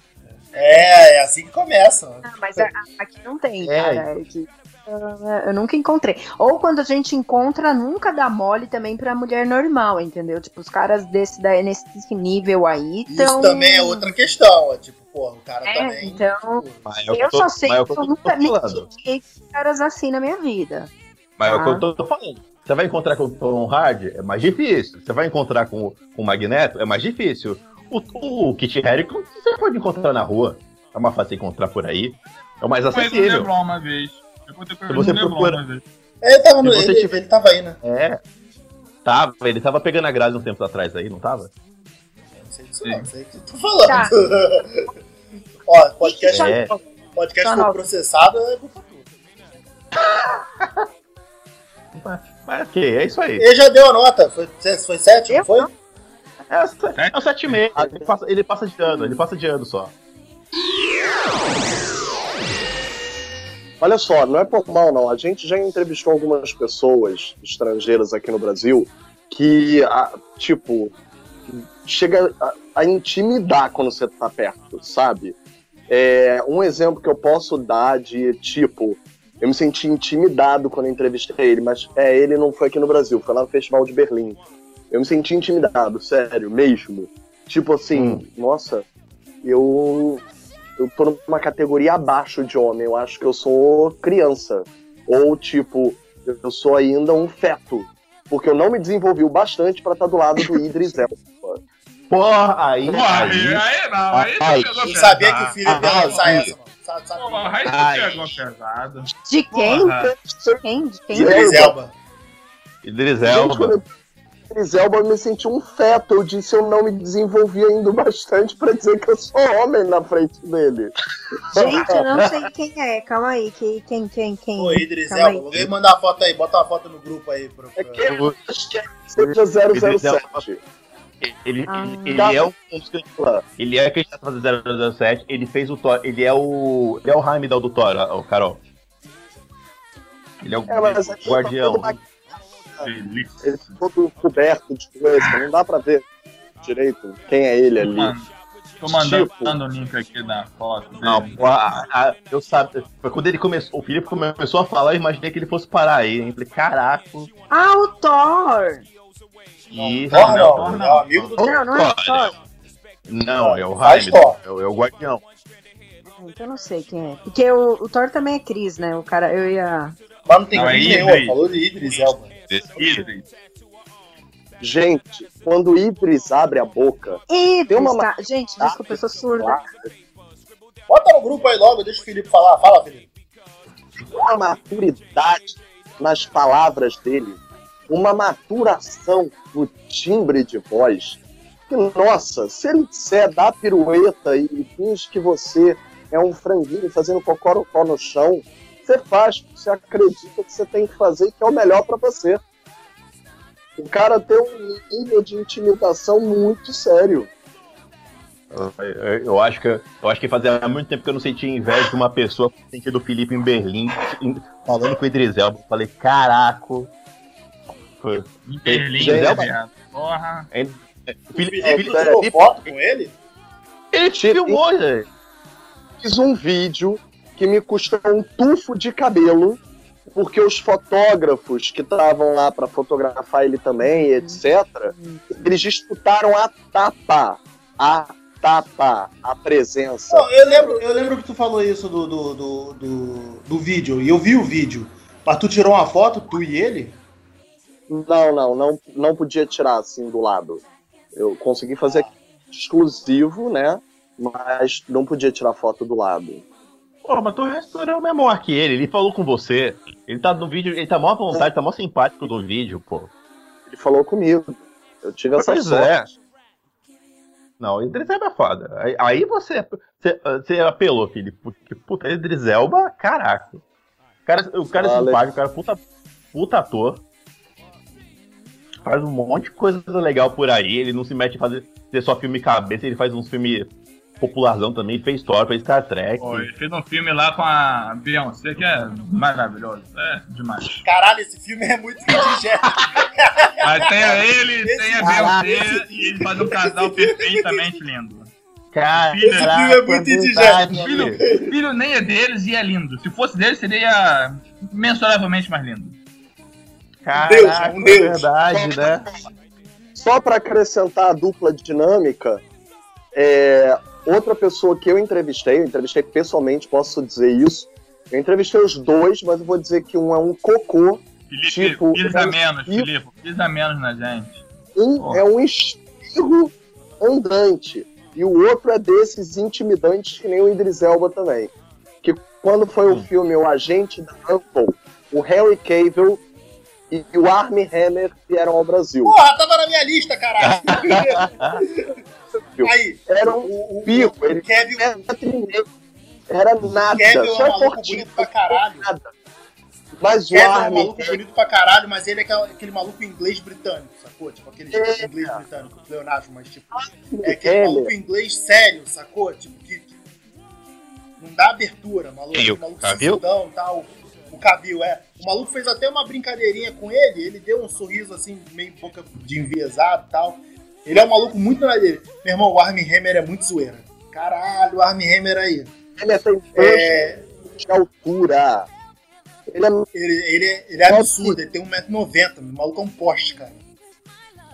Speaker 7: É, é assim que começa.
Speaker 5: Ah, mas a- a- aqui não tem,
Speaker 3: É.
Speaker 5: cara. Aqui, ah, eu nunca encontrei. Ou quando a gente encontra, nunca dá mole também pra mulher normal, entendeu? Tipo, os caras desse, da, nesse nível aí.
Speaker 7: Isso
Speaker 5: tão-
Speaker 7: também é outra questão. É tipo, porra, o cara
Speaker 5: Então- É,
Speaker 7: também.
Speaker 5: então,
Speaker 3: Mas é o que
Speaker 5: eu
Speaker 3: tô-
Speaker 5: só sei
Speaker 3: mas é o
Speaker 5: que
Speaker 3: que
Speaker 5: eu
Speaker 3: eu tô
Speaker 5: nunca me
Speaker 3: falando.
Speaker 5: identifiquei com caras assim na minha vida.
Speaker 3: Mas é o que
Speaker 5: Ah.
Speaker 3: eu tô, tô falando. Você vai encontrar com o Tom Hardy? É mais difícil. Você vai encontrar com, com o Magneto? É mais difícil. O, o, Kit Harington você pode encontrar na rua. É mais fácil encontrar por aí. É o mais
Speaker 6: Eu conheço o
Speaker 3: acessível.
Speaker 6: Leblon uma vez. Eu contei com
Speaker 3: Se
Speaker 6: o
Speaker 3: você
Speaker 6: Leblon
Speaker 3: procura-
Speaker 6: uma vez.
Speaker 7: Ele tava, no,
Speaker 3: Se você
Speaker 7: ele,
Speaker 3: tiver-
Speaker 7: ele tava aí, né?
Speaker 3: É. Tava, ele tava pegando a Grazi um tempo atrás aí, não tava?
Speaker 7: Não sei disso, não. Sei o que tu tá falando. Ó, podcast,
Speaker 3: É.
Speaker 7: podcast
Speaker 5: Tá
Speaker 7: foi
Speaker 5: não.
Speaker 7: processado, é culpa tua.
Speaker 3: Mas ok, é isso aí.
Speaker 7: Ele já deu a nota. Foi, foi sete, não
Speaker 5: Eu
Speaker 7: foi?
Speaker 3: É, é o 7,5. Ele passa, ele passa de ano, ele passa de ano só.
Speaker 4: Olha só, não é por mal não. A gente já entrevistou algumas pessoas estrangeiras aqui no Brasil que, a- tipo, chega a, a intimidar quando você tá perto, sabe? É, um exemplo que eu posso dar de, tipo, eu me senti intimidado quando eu entrevistei ele, mas é, ele não foi aqui no Brasil, foi lá no Festival de Berlim. Eu me senti intimidado, sério, mesmo. Tipo assim, nossa, eu eu tô numa categoria abaixo de homem. Eu acho que eu sou criança. Ou, tipo, eu sou ainda um feto. Porque eu não me desenvolvi o bastante pra estar do lado do Idris Elba.
Speaker 3: Porra, aí.
Speaker 6: Porra,
Speaker 3: aí-
Speaker 6: aí, aí não, aí você
Speaker 3: Ai,
Speaker 6: pegou
Speaker 7: Não sabia que o
Speaker 6: pesado.
Speaker 7: filho
Speaker 3: Ah,
Speaker 7: dela
Speaker 3: sim.
Speaker 7: sai essa, mano. Sabe, sabe?
Speaker 6: Porra, aí
Speaker 3: Ai.
Speaker 6: você pegou pesado.
Speaker 5: De quem?
Speaker 6: Porra.
Speaker 4: Então,
Speaker 5: De quem? De quem?
Speaker 4: Direito.
Speaker 3: é
Speaker 7: Idris Elba.
Speaker 3: Idris
Speaker 4: Gente, quando
Speaker 3: Elba.
Speaker 4: eu- Idris Elba, eu me senti um feto. Eu disse eu não me desenvolvi ainda o bastante pra dizer que eu sou homem na frente dele.
Speaker 5: Gente, eu não sei quem é. Calma aí. que- Quem, quem, quem?
Speaker 7: Ô, Idris
Speaker 2: é,
Speaker 5: Calma
Speaker 7: Elba, alguém manda a foto aí, bota uma foto no grupo aí. Pro, pro...
Speaker 4: É que eu acho que seja 007.
Speaker 3: Ele,
Speaker 5: Ah.
Speaker 3: ele, ele é um dos Ele é que a gente tá fazendo 007, ele fez o Thor, ele é o. Ele é o Heimdall do Thor, ó, o Carol. Ele é o
Speaker 4: É, mas aqui tá
Speaker 3: guardião.
Speaker 4: todo ma-
Speaker 6: Delícia.
Speaker 4: Ele tá todo coberto de coisa. Não dá pra ver direito quem é ele ali.
Speaker 6: Mano, tô mandando,
Speaker 4: Tipo.
Speaker 6: mandando o link aqui da foto. dele.
Speaker 3: Não, pô, a- a- eu sabia. Foi quando ele começou. O Felipe começou a falar, eu imaginei que ele fosse parar aí. hein? Falei, caraca,
Speaker 5: Ah, o Thor!
Speaker 3: que.
Speaker 7: Thor
Speaker 3: não,
Speaker 7: não, é o amigo do Thor.
Speaker 5: Não, não é o Thor.
Speaker 3: é o
Speaker 7: Faz
Speaker 3: Heimdall,
Speaker 7: Thor.
Speaker 3: é o, é o guardião.
Speaker 5: Ah, Então eu não sei quem é. Porque o, o Thor também é Cris, né? O cara, eu ia.
Speaker 7: Mas não tem
Speaker 6: Não, é
Speaker 7: vídeo nenhum,
Speaker 6: Idris.
Speaker 7: falou de
Speaker 2: é,
Speaker 7: Idris Elba.
Speaker 6: Idris.
Speaker 4: Gente, quando o Idris abre a boca, tá?
Speaker 5: Idris,
Speaker 4: uma
Speaker 3: Ah.
Speaker 5: tá? Gente, desculpa, eu sou surda.
Speaker 2: Bota no grupo aí logo, deixa o Felipe falar. Fala, Felipe.
Speaker 4: uma maturidade nas palavras dele, uma maturação no timbre de voz. Que, nossa, se ele disser dá pirueta e, e finge que você é um franguinho fazendo cocorocó no chão, você faz, você acredita que você tem que fazer e que é o melhor pra você. O cara tem um nível de intimidação muito sério.
Speaker 3: Eu, eu acho que, eu acho que fazia muito tempo que eu não sentia inveja de uma pessoa sentindo o Felipe em Berlim, em- falando com o Idris Elba. Eu Falei, caraca. Foi-
Speaker 6: Em Berlim,
Speaker 3: Gente,
Speaker 6: né,
Speaker 3: é uma-
Speaker 6: viado? Porra.
Speaker 3: Felipe,
Speaker 4: É,
Speaker 2: Ele
Speaker 3: Felipe-
Speaker 2: tirou
Speaker 3: Felipe-
Speaker 2: foto com ele?
Speaker 3: ele te filmou, gente.
Speaker 4: fiz um vídeo que me custou um tufo de cabelo, porque os fotógrafos que estavam lá para fotografar ele também, etc., eles disputaram a tapa, a tapa, a presença.
Speaker 2: Não, eu, lembro, eu lembro que tu falou isso do, do, do, do, do vídeo, e eu vi o vídeo. Mas tu tirou uma foto, tu e ele?
Speaker 4: Não, não, não, não podia tirar assim do lado. Eu consegui fazer exclusivo, né? Mas não podia tirar foto do lado.
Speaker 3: Pô, mas tu restaurou menor que ele. Ele falou com você. Ele tá no vídeo, ele tá mó à vontade, tá mó simpático no vídeo, pô.
Speaker 4: Ele falou comigo. Eu tive essa
Speaker 3: Pois
Speaker 4: sorte.
Speaker 3: é. Não, Idris Elba é foda. Aí, aí você, você, você apelou, Felipe. Porque, puta, Idris Elba, caraca. O cara, o cara é
Speaker 4: Fala.
Speaker 3: simpático, o cara é puta, puta ator. Faz um monte de coisa legal por aí. Ele não se mete em fazer, fazer só filme cabeça, ele faz uns filmes popularzão também, fez Thor, fez Star Trek.
Speaker 6: Pô, ele fez um filme lá com a Beyoncé que é maravilhoso. É demais.
Speaker 2: Caralho, esse filme é muito indigente.
Speaker 6: Aí tem a ele, tem a
Speaker 4: Caraca,
Speaker 6: Beyoncé e ele faz um casal perfeitamente lindo.
Speaker 3: Cara,
Speaker 6: Esse filme
Speaker 2: é muito
Speaker 3: verdade,
Speaker 6: Filho,
Speaker 3: amigo.
Speaker 6: filho nem é deles e é lindo. Se fosse deles, seria mensuravelmente mais lindo.
Speaker 3: Caraca,
Speaker 2: um deus.
Speaker 3: verdade, né?
Speaker 4: Só para acrescentar a dupla dinâmica, é, outra pessoa que eu entrevistei, eu entrevistei pessoalmente, posso dizer isso. Eu entrevistei os dois, mas eu vou dizer que um é um cocô,
Speaker 6: Felipe,
Speaker 4: Tipo,
Speaker 6: pisa
Speaker 4: eu-
Speaker 6: menos,
Speaker 4: eu-
Speaker 6: Felipe. Pisa menos na gente.
Speaker 4: um
Speaker 6: Ó.
Speaker 4: é um espirro andante, e o outro é desses intimidantes que nem o Idris Elba também. Que quando foi o filme O Agente da Apple, o Harry Cavill e o Armie Hammer vieram ao Brasil.
Speaker 2: Porra, tava na minha lista, caralho. Aí,
Speaker 4: Era um
Speaker 2: o, o,
Speaker 4: Pico,
Speaker 2: o
Speaker 4: ele-
Speaker 2: Kevin,
Speaker 4: era metro e meio. Era nada.
Speaker 2: Kevin é um
Speaker 4: Só é
Speaker 2: maluco
Speaker 4: curtinho,
Speaker 2: bonito pra caralho.
Speaker 4: nada. Mas o
Speaker 2: Kevin é um
Speaker 4: Armin,
Speaker 2: maluco bonito pra caralho, mas ele é aquela- aquele maluco inglês britânico, sacou? Tipo, aquele
Speaker 4: É.
Speaker 2: inglês britânico, pleonasmo, mas tipo... É
Speaker 4: ele,
Speaker 2: aquele maluco inglês sério, sacou? Tipo, que, que não dá abertura, maluco.
Speaker 3: Quem, o
Speaker 2: O maluco
Speaker 3: Cavill?
Speaker 2: sisudão e tal. O Cabil, é. O maluco fez até uma brincadeirinha com ele, ele deu um sorriso assim, meio boca de enviesado e tal. Ele é um maluco muito na dele. Meu irmão, o Armin Hammer é muito zoeira. Caralho, o Armin Hammer aí.
Speaker 4: ele tem
Speaker 2: É,
Speaker 4: dois de altura. Ele é
Speaker 2: ele, ele, é- ele é absurdo, ele tem 1,90m, o maluco é um poste, cara.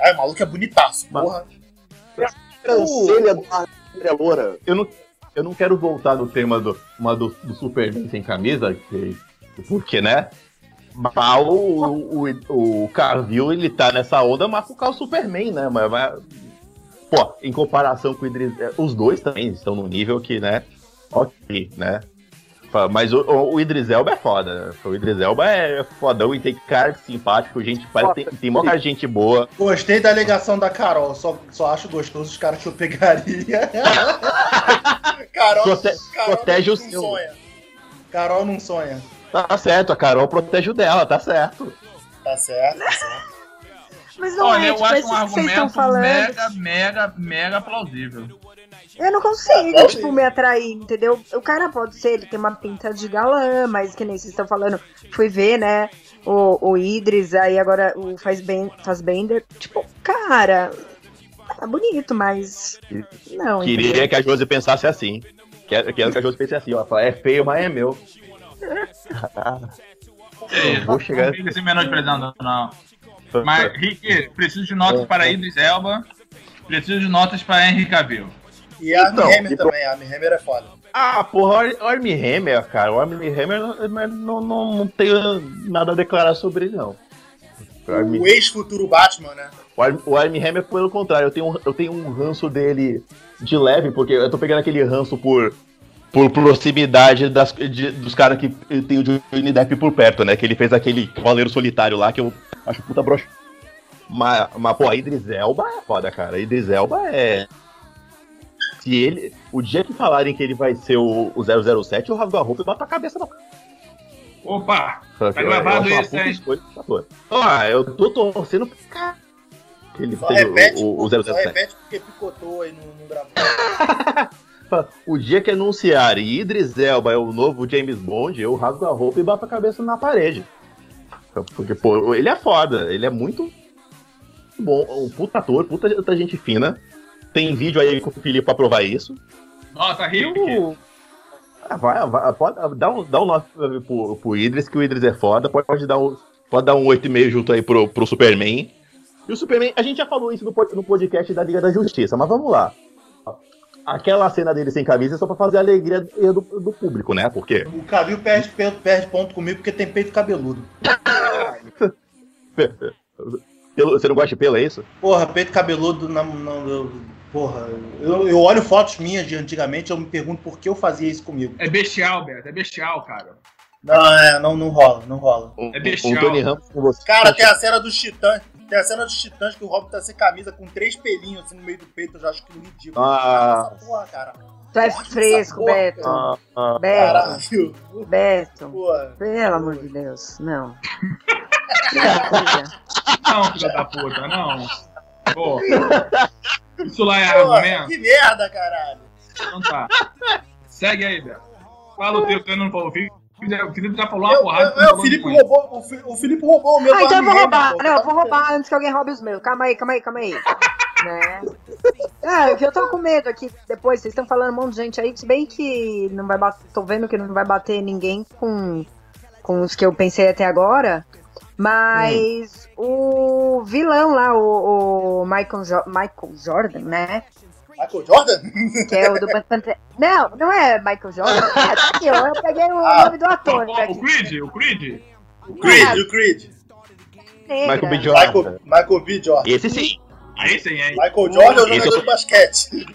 Speaker 2: Ah, o maluco é bonitaço,
Speaker 3: Mas-
Speaker 2: porra. Uh.
Speaker 4: sobrancelha do Armin Hammer é loura.
Speaker 3: eu não, eu não quero voltar no tema do, uma do, do Superman sem camisa, que, porque, né? Mas o, o, o Cavill, ele tá nessa onda, mas por causa do Superman, né? Mas, mas- pô, em comparação com o Idris, eh, os dois também estão num nível que, né? Ok, né? Fa- Mas o, o, o Idris Elba é foda, né? O Idris Elba é fodão e tem cara simpático, gente, parece, tem, tem mó cara de gente boa.
Speaker 2: Gostei da alegação da Carol, só, só acho gostoso os caras que eu pegaria. Carol,
Speaker 3: Prote-
Speaker 2: Carol
Speaker 3: protege o
Speaker 2: não
Speaker 3: seu.
Speaker 2: sonha. Carol não sonha.
Speaker 3: Tá certo, a Carol protege o dela, tá certo.
Speaker 2: Tá certo, tá certo.
Speaker 5: Mas não
Speaker 6: Olha,
Speaker 5: é,
Speaker 6: eu
Speaker 5: tipo,
Speaker 6: acho
Speaker 5: esses
Speaker 6: um
Speaker 5: que vocês estão
Speaker 6: argumento
Speaker 5: falando.
Speaker 6: mega, mega, mega plausível.
Speaker 5: Eu não consigo, tipo, me atrair, entendeu? O cara pode ser, ele tem uma pinta de galã, mas que nem vocês estão falando, fui ver, né? O, o Idris, aí agora o faz bem, faz Bender, tipo, cara, tá bonito, mas não, entendeu?
Speaker 3: Queria que a Josi pensasse assim. Quero, quero que a Josi pense assim, ó. Fala, é feio, mas é meu.
Speaker 6: Que isso?
Speaker 3: vou chegar-
Speaker 6: Não fica se menosprezando, não. Mas, Rick, preciso de notas para
Speaker 5: É.
Speaker 6: Idris Elba. Preciso de notas para Henry Cavill.
Speaker 2: E a
Speaker 3: Então,
Speaker 2: Armin Hammer
Speaker 3: e pro-
Speaker 2: também, a Armin Hammer é foda.
Speaker 3: Ah, porra, o Armie Hammer, cara. O Armie Hammer mas não, não, não tenho nada a declarar sobre ele, não. O Armie,
Speaker 2: O ex-futuro Batman, né?
Speaker 3: o Armie- o Armie Hammer, pelo contrário, eu tenho, um- eu tenho um ranço dele de leve, porque eu tô pegando aquele ranço por por proximidade das, de- dos caras que tem o Johnny Depp por perto, né? Que ele fez aquele Cavaleiro Solitário lá que eu acho puta broxa. Mas, mas pô, a Idris Elba é foda, cara. A Idris Elba é. Se ele. O dia que falarem que ele vai ser o, o 007, eu rasgo a roupa e bato a cabeça na
Speaker 6: Opa!
Speaker 3: Tá
Speaker 6: gravado isso, hein?
Speaker 3: Ó, eu tô torcendo pra cá. Que ele
Speaker 2: Só
Speaker 3: seja
Speaker 2: repete,
Speaker 3: o, o, o
Speaker 2: só
Speaker 3: 007.
Speaker 2: repete porque picotou e não, não gravou.
Speaker 3: O dia que anunciarem Idris Elba é o novo James Bond, eu rasgo a roupa e bato a cabeça na parede. Porque, pô, ele é foda, ele é muito bom, um puta ator, puta, puta gente fina. Tem vídeo aí com o Felipe pra provar isso.
Speaker 6: Nossa,
Speaker 3: E
Speaker 6: rico.
Speaker 3: o- Ah, vai, vai, pode, dá um, dá um 9 pro, pro Idris, que o Idris é foda. Pode, pode dar um, pode dar um 8,5 junto aí pro, pro Superman. E o Superman, a gente já falou isso no, pod- no podcast da Liga da Justiça, mas vamos lá. Aquela cena dele sem camisa é só pra fazer a alegria do, do público, né? Porque
Speaker 2: O Cavill perde, pe- perde ponto comigo porque tem peito cabeludo.
Speaker 3: pelo- você não gosta de pelo, é isso?
Speaker 2: Porra, peito cabeludo não. não- eu- porra, eu, eu olho fotos minhas de antigamente eu me pergunto por que eu fazia isso comigo.
Speaker 6: É bestial, Beto. É bestial, cara.
Speaker 2: Não, é, não, não rola, não rola.
Speaker 3: Um,
Speaker 6: É
Speaker 3: um,
Speaker 6: bestial.
Speaker 3: um Tony Ramos com você.
Speaker 2: Cara, tem a cena dos titãs. Tem a cena dos titãs que o Robin tá sem camisa com três pelinhos assim no meio do peito, eu já acho que ridículo.
Speaker 3: Ah.
Speaker 2: Essa porra, cara.
Speaker 5: Tu é
Speaker 2: Nossa,
Speaker 5: fresco,
Speaker 2: porra,
Speaker 5: Beto.
Speaker 3: Ah, ah,
Speaker 5: Beto,
Speaker 2: Caralho.
Speaker 5: Beto.
Speaker 2: Porra.
Speaker 5: Pelo amor de Deus, não. Maravilha.
Speaker 6: Não, filho da puta, não. Pô. Isso lá é
Speaker 2: Porra,
Speaker 6: argumento?
Speaker 2: que merda, caralho.
Speaker 6: Então tá. Segue aí, Beto. Fala o teu que eu não falou. O Felipe já- o Felipe já falou uma
Speaker 2: Eu,
Speaker 6: porrada.
Speaker 2: eu- eu- o, Felipe roubou, o, Fi- o Felipe roubou o meu
Speaker 5: Ah, então eu
Speaker 2: Army
Speaker 5: vou roubar.
Speaker 2: Hammer, pô.
Speaker 5: Não, eu vou roubar antes que alguém roube os meus. Calma aí, calma aí, calma aí. né? Ah, eu- eu tô com medo aqui depois. Vocês estão falando um monte de gente aí. Se bem que não vai bater. Tô vendo que não vai bater ninguém com, com os que eu pensei até agora. Mas
Speaker 6: Hum.
Speaker 5: o vilão lá, o, o Michael, Jo- Michael Jordan, né?
Speaker 2: Michael Jordan?
Speaker 5: Que é o do Pan- Pantera. Não, não é Michael Jordan. É, tá aqui, ó, eu peguei o
Speaker 2: Ah,
Speaker 5: nome do ator. tá
Speaker 6: Ó,
Speaker 5: aqui.
Speaker 6: O Creed, o Creed.
Speaker 2: O Creed, o Creed.
Speaker 5: Negra.
Speaker 3: Michael B. Jordan.
Speaker 2: Michael, Michael B. Jordan.
Speaker 3: Esse sim.
Speaker 6: Aí sim, aí.
Speaker 2: Michael Jordan é o
Speaker 3: Esse
Speaker 2: jogador
Speaker 3: eu-
Speaker 2: de basquete.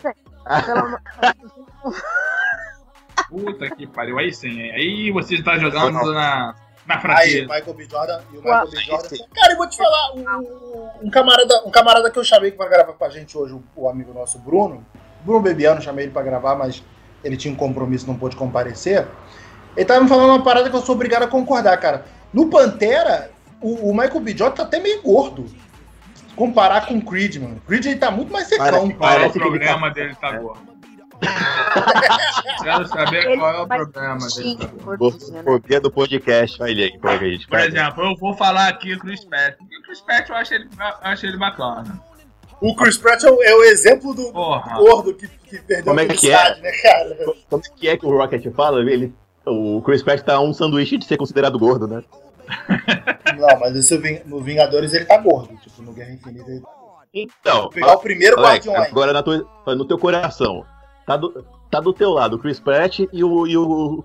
Speaker 5: Pelo amor-
Speaker 6: Puta que pariu. Aí sim, aí. Aí você tá jogando
Speaker 3: Não, não.
Speaker 6: na, na
Speaker 2: Aí,
Speaker 6: fraqueza.
Speaker 2: Michael B. Jordan e o
Speaker 5: Uau.
Speaker 2: Michael B. Jordan. Cara, eu vou te falar, o- um, camarada, um camarada que eu chamei pra gravar com a gente hoje, o, o amigo nosso Bruno, Bruno Bebiano, chamei ele pra gravar, mas ele tinha um compromisso, não pôde comparecer. Ele tava me falando uma parada que eu sou obrigado a concordar, cara. No Pantera, o, o Michael B. Jordan tá até meio gordo. Se Comparar com o Creed, mano. O Creed ele tá muito mais secão.
Speaker 3: Parece-
Speaker 6: Qual é o
Speaker 3: parece que ele
Speaker 6: problema dele tá
Speaker 2: É.
Speaker 6: gordo? Quero saber qual é o problema dele tá gordo.
Speaker 5: Gordinho, né?
Speaker 3: Fobia do podcast, olha ele aí, pega aí, gente.
Speaker 6: Por exemplo, eu vou falar aqui o Chris Pratt. Porque o Chris Pratt eu acho ele, eu acho ele bacana.
Speaker 2: O Chris Pratt é o, é o exemplo do
Speaker 6: Porra.
Speaker 2: gordo que, que perdeu
Speaker 3: Como
Speaker 2: a
Speaker 3: é que
Speaker 2: felicidade, né, cara?
Speaker 3: Como é que é que o Rocket fala? Ele, o Chris Pratt tá um sanduíche de ser considerado gordo, né?
Speaker 2: Não, mas esse Ving- no Vingadores ele tá gordo. Tipo, no Guerra Infinita ele
Speaker 3: Então,
Speaker 2: Vou pegar o primeiro
Speaker 3: Alex, é
Speaker 2: Guardiões.
Speaker 3: agora na tua- no teu coração, tá do, tá do teu lado o Chris Pratt e o, e o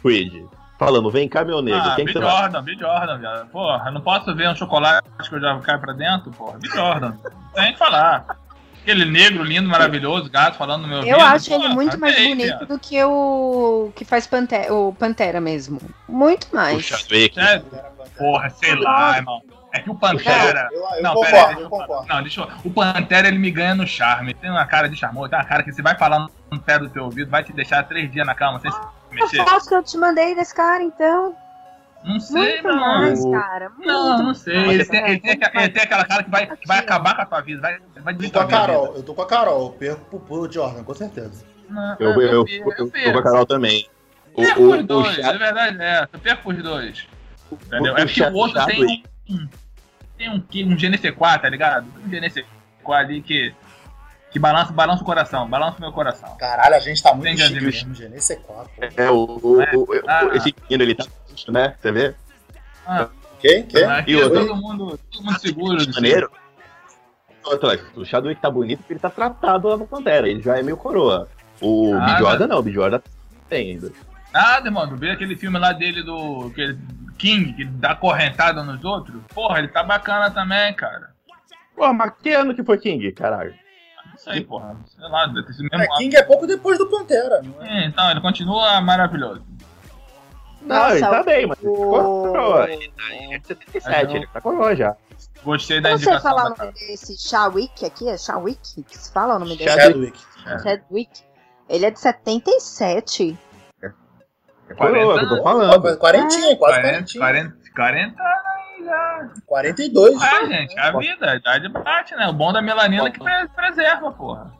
Speaker 3: Creed. Falando, vem cá, meu nego,
Speaker 6: Ah,
Speaker 3: quem
Speaker 6: B.
Speaker 3: que você tá? vai?
Speaker 6: Jordan, B. Jordan, viado. Porra, eu não posso ver um chocolate que eu já caio pra dentro, porra. B. Jordan. Tem que falar. Aquele negro lindo, maravilhoso, gato falando no meu
Speaker 8: Eu
Speaker 6: ouvido.
Speaker 8: acho ele
Speaker 6: Porra,
Speaker 8: muito mais
Speaker 6: amei,
Speaker 8: bonito
Speaker 6: Ah, tá viado.
Speaker 8: do que o que faz Pante- o Pantera mesmo. Muito
Speaker 3: O
Speaker 8: mais.
Speaker 3: Chadwick.
Speaker 6: Sério?
Speaker 2: É.
Speaker 6: Porra, sei lá, irmão. É que o Pantera.
Speaker 2: Eu, eu
Speaker 6: Não, pera
Speaker 2: concordo,
Speaker 6: aí, deixa
Speaker 2: eu
Speaker 6: eu
Speaker 2: concordo.
Speaker 6: Não, deixa eu... O Pantera, ele me ganha no charme. Ele Tem uma cara de charmoso, tem uma cara que você vai falar no pé do teu ouvido, vai te deixar três dias na cama sem se
Speaker 5: A
Speaker 6: mexer.
Speaker 5: foto que eu te mandei desse cara, então.
Speaker 6: Não sei,
Speaker 5: Muito
Speaker 6: mano.
Speaker 5: mais,
Speaker 3: O-
Speaker 5: cara. Muito
Speaker 6: Não, não sei.
Speaker 5: mais,
Speaker 6: Ele tem,
Speaker 5: cara.
Speaker 6: ele tem aqua- ele tem aquela cara que vai, que vai acabar com a tua vida, vai, vai
Speaker 2: Eu tô com
Speaker 6: destruir tua
Speaker 2: a
Speaker 6: vida.
Speaker 2: Carol, eu tô com a Carol, eu perco pro, pro Jordan, com certeza.
Speaker 6: Não,
Speaker 3: Eu, eu, eu,
Speaker 6: perco,
Speaker 3: eu tô
Speaker 6: perco.
Speaker 3: com a Carol também. O,
Speaker 6: Eu perco
Speaker 3: o,
Speaker 6: os
Speaker 3: o,
Speaker 6: dois,
Speaker 3: Cha-
Speaker 6: É, é verdade, é. Eu perco os dois. Entendeu?
Speaker 3: o-
Speaker 6: é
Speaker 3: o
Speaker 6: porque o outro tem
Speaker 3: Chadwick.
Speaker 6: um, um- tem um, que- um GNC4, tá ligado? Um GNC4 ali que, que balança, balança o coração, balança o meu coração.
Speaker 2: Caralho, a gente tá muito
Speaker 6: Tem
Speaker 2: chique
Speaker 6: Gadimir.
Speaker 2: mesmo, gente. Esse é 4.
Speaker 6: né?
Speaker 3: É, o, o, o-
Speaker 6: Ah.
Speaker 2: É.
Speaker 3: esse menino, ele tá bonito, né? Você vê?
Speaker 6: Ah,
Speaker 2: Quem? Quem?
Speaker 6: aqui
Speaker 3: E
Speaker 6: é
Speaker 3: outra?
Speaker 6: todo mundo, todo mundo seguro.
Speaker 3: De maneiro. Outra, o Chadwick tá bonito porque ele tá tratado lá no Pantera, ele já é meio coroa. O
Speaker 6: Ah,
Speaker 3: Bjorda Bjorda não, o Bjorda tem ainda.
Speaker 6: Nada, mano. Vê aquele filme lá dele do aquele King, que dá correntada nos outros. Porra, ele tá bacana também, cara.
Speaker 3: Porra, mas que ano que foi King, caralho?
Speaker 6: Não sei, porra. Sei lá, deve ter sido mesmo.
Speaker 2: É, King é pouco depois do Pantera, não é?
Speaker 6: É, então, ele continua maravilhoso.
Speaker 3: Não, ele tá
Speaker 5: o-
Speaker 3: bem, mas ele
Speaker 5: o-
Speaker 3: coroa. Ele tá ele é de 77, ele tá coroa já.
Speaker 6: Gostei da
Speaker 5: Como você
Speaker 6: indicação
Speaker 5: falar o
Speaker 6: da
Speaker 5: nome desse Shawick aqui? É Shawick? Que se fala o nome dele?
Speaker 2: Chadwick.
Speaker 5: Chadwick. Ele é de 77.
Speaker 3: É coroa, que eu tô falando.
Speaker 2: Pô, Quarentinha, quase
Speaker 6: 40,
Speaker 2: quarentinha.
Speaker 6: 40, 40 aí já.
Speaker 2: 42.
Speaker 6: Ah, é, gente, a vida, a idade bate, né? O bom da melanina é que pre- preserva, porra.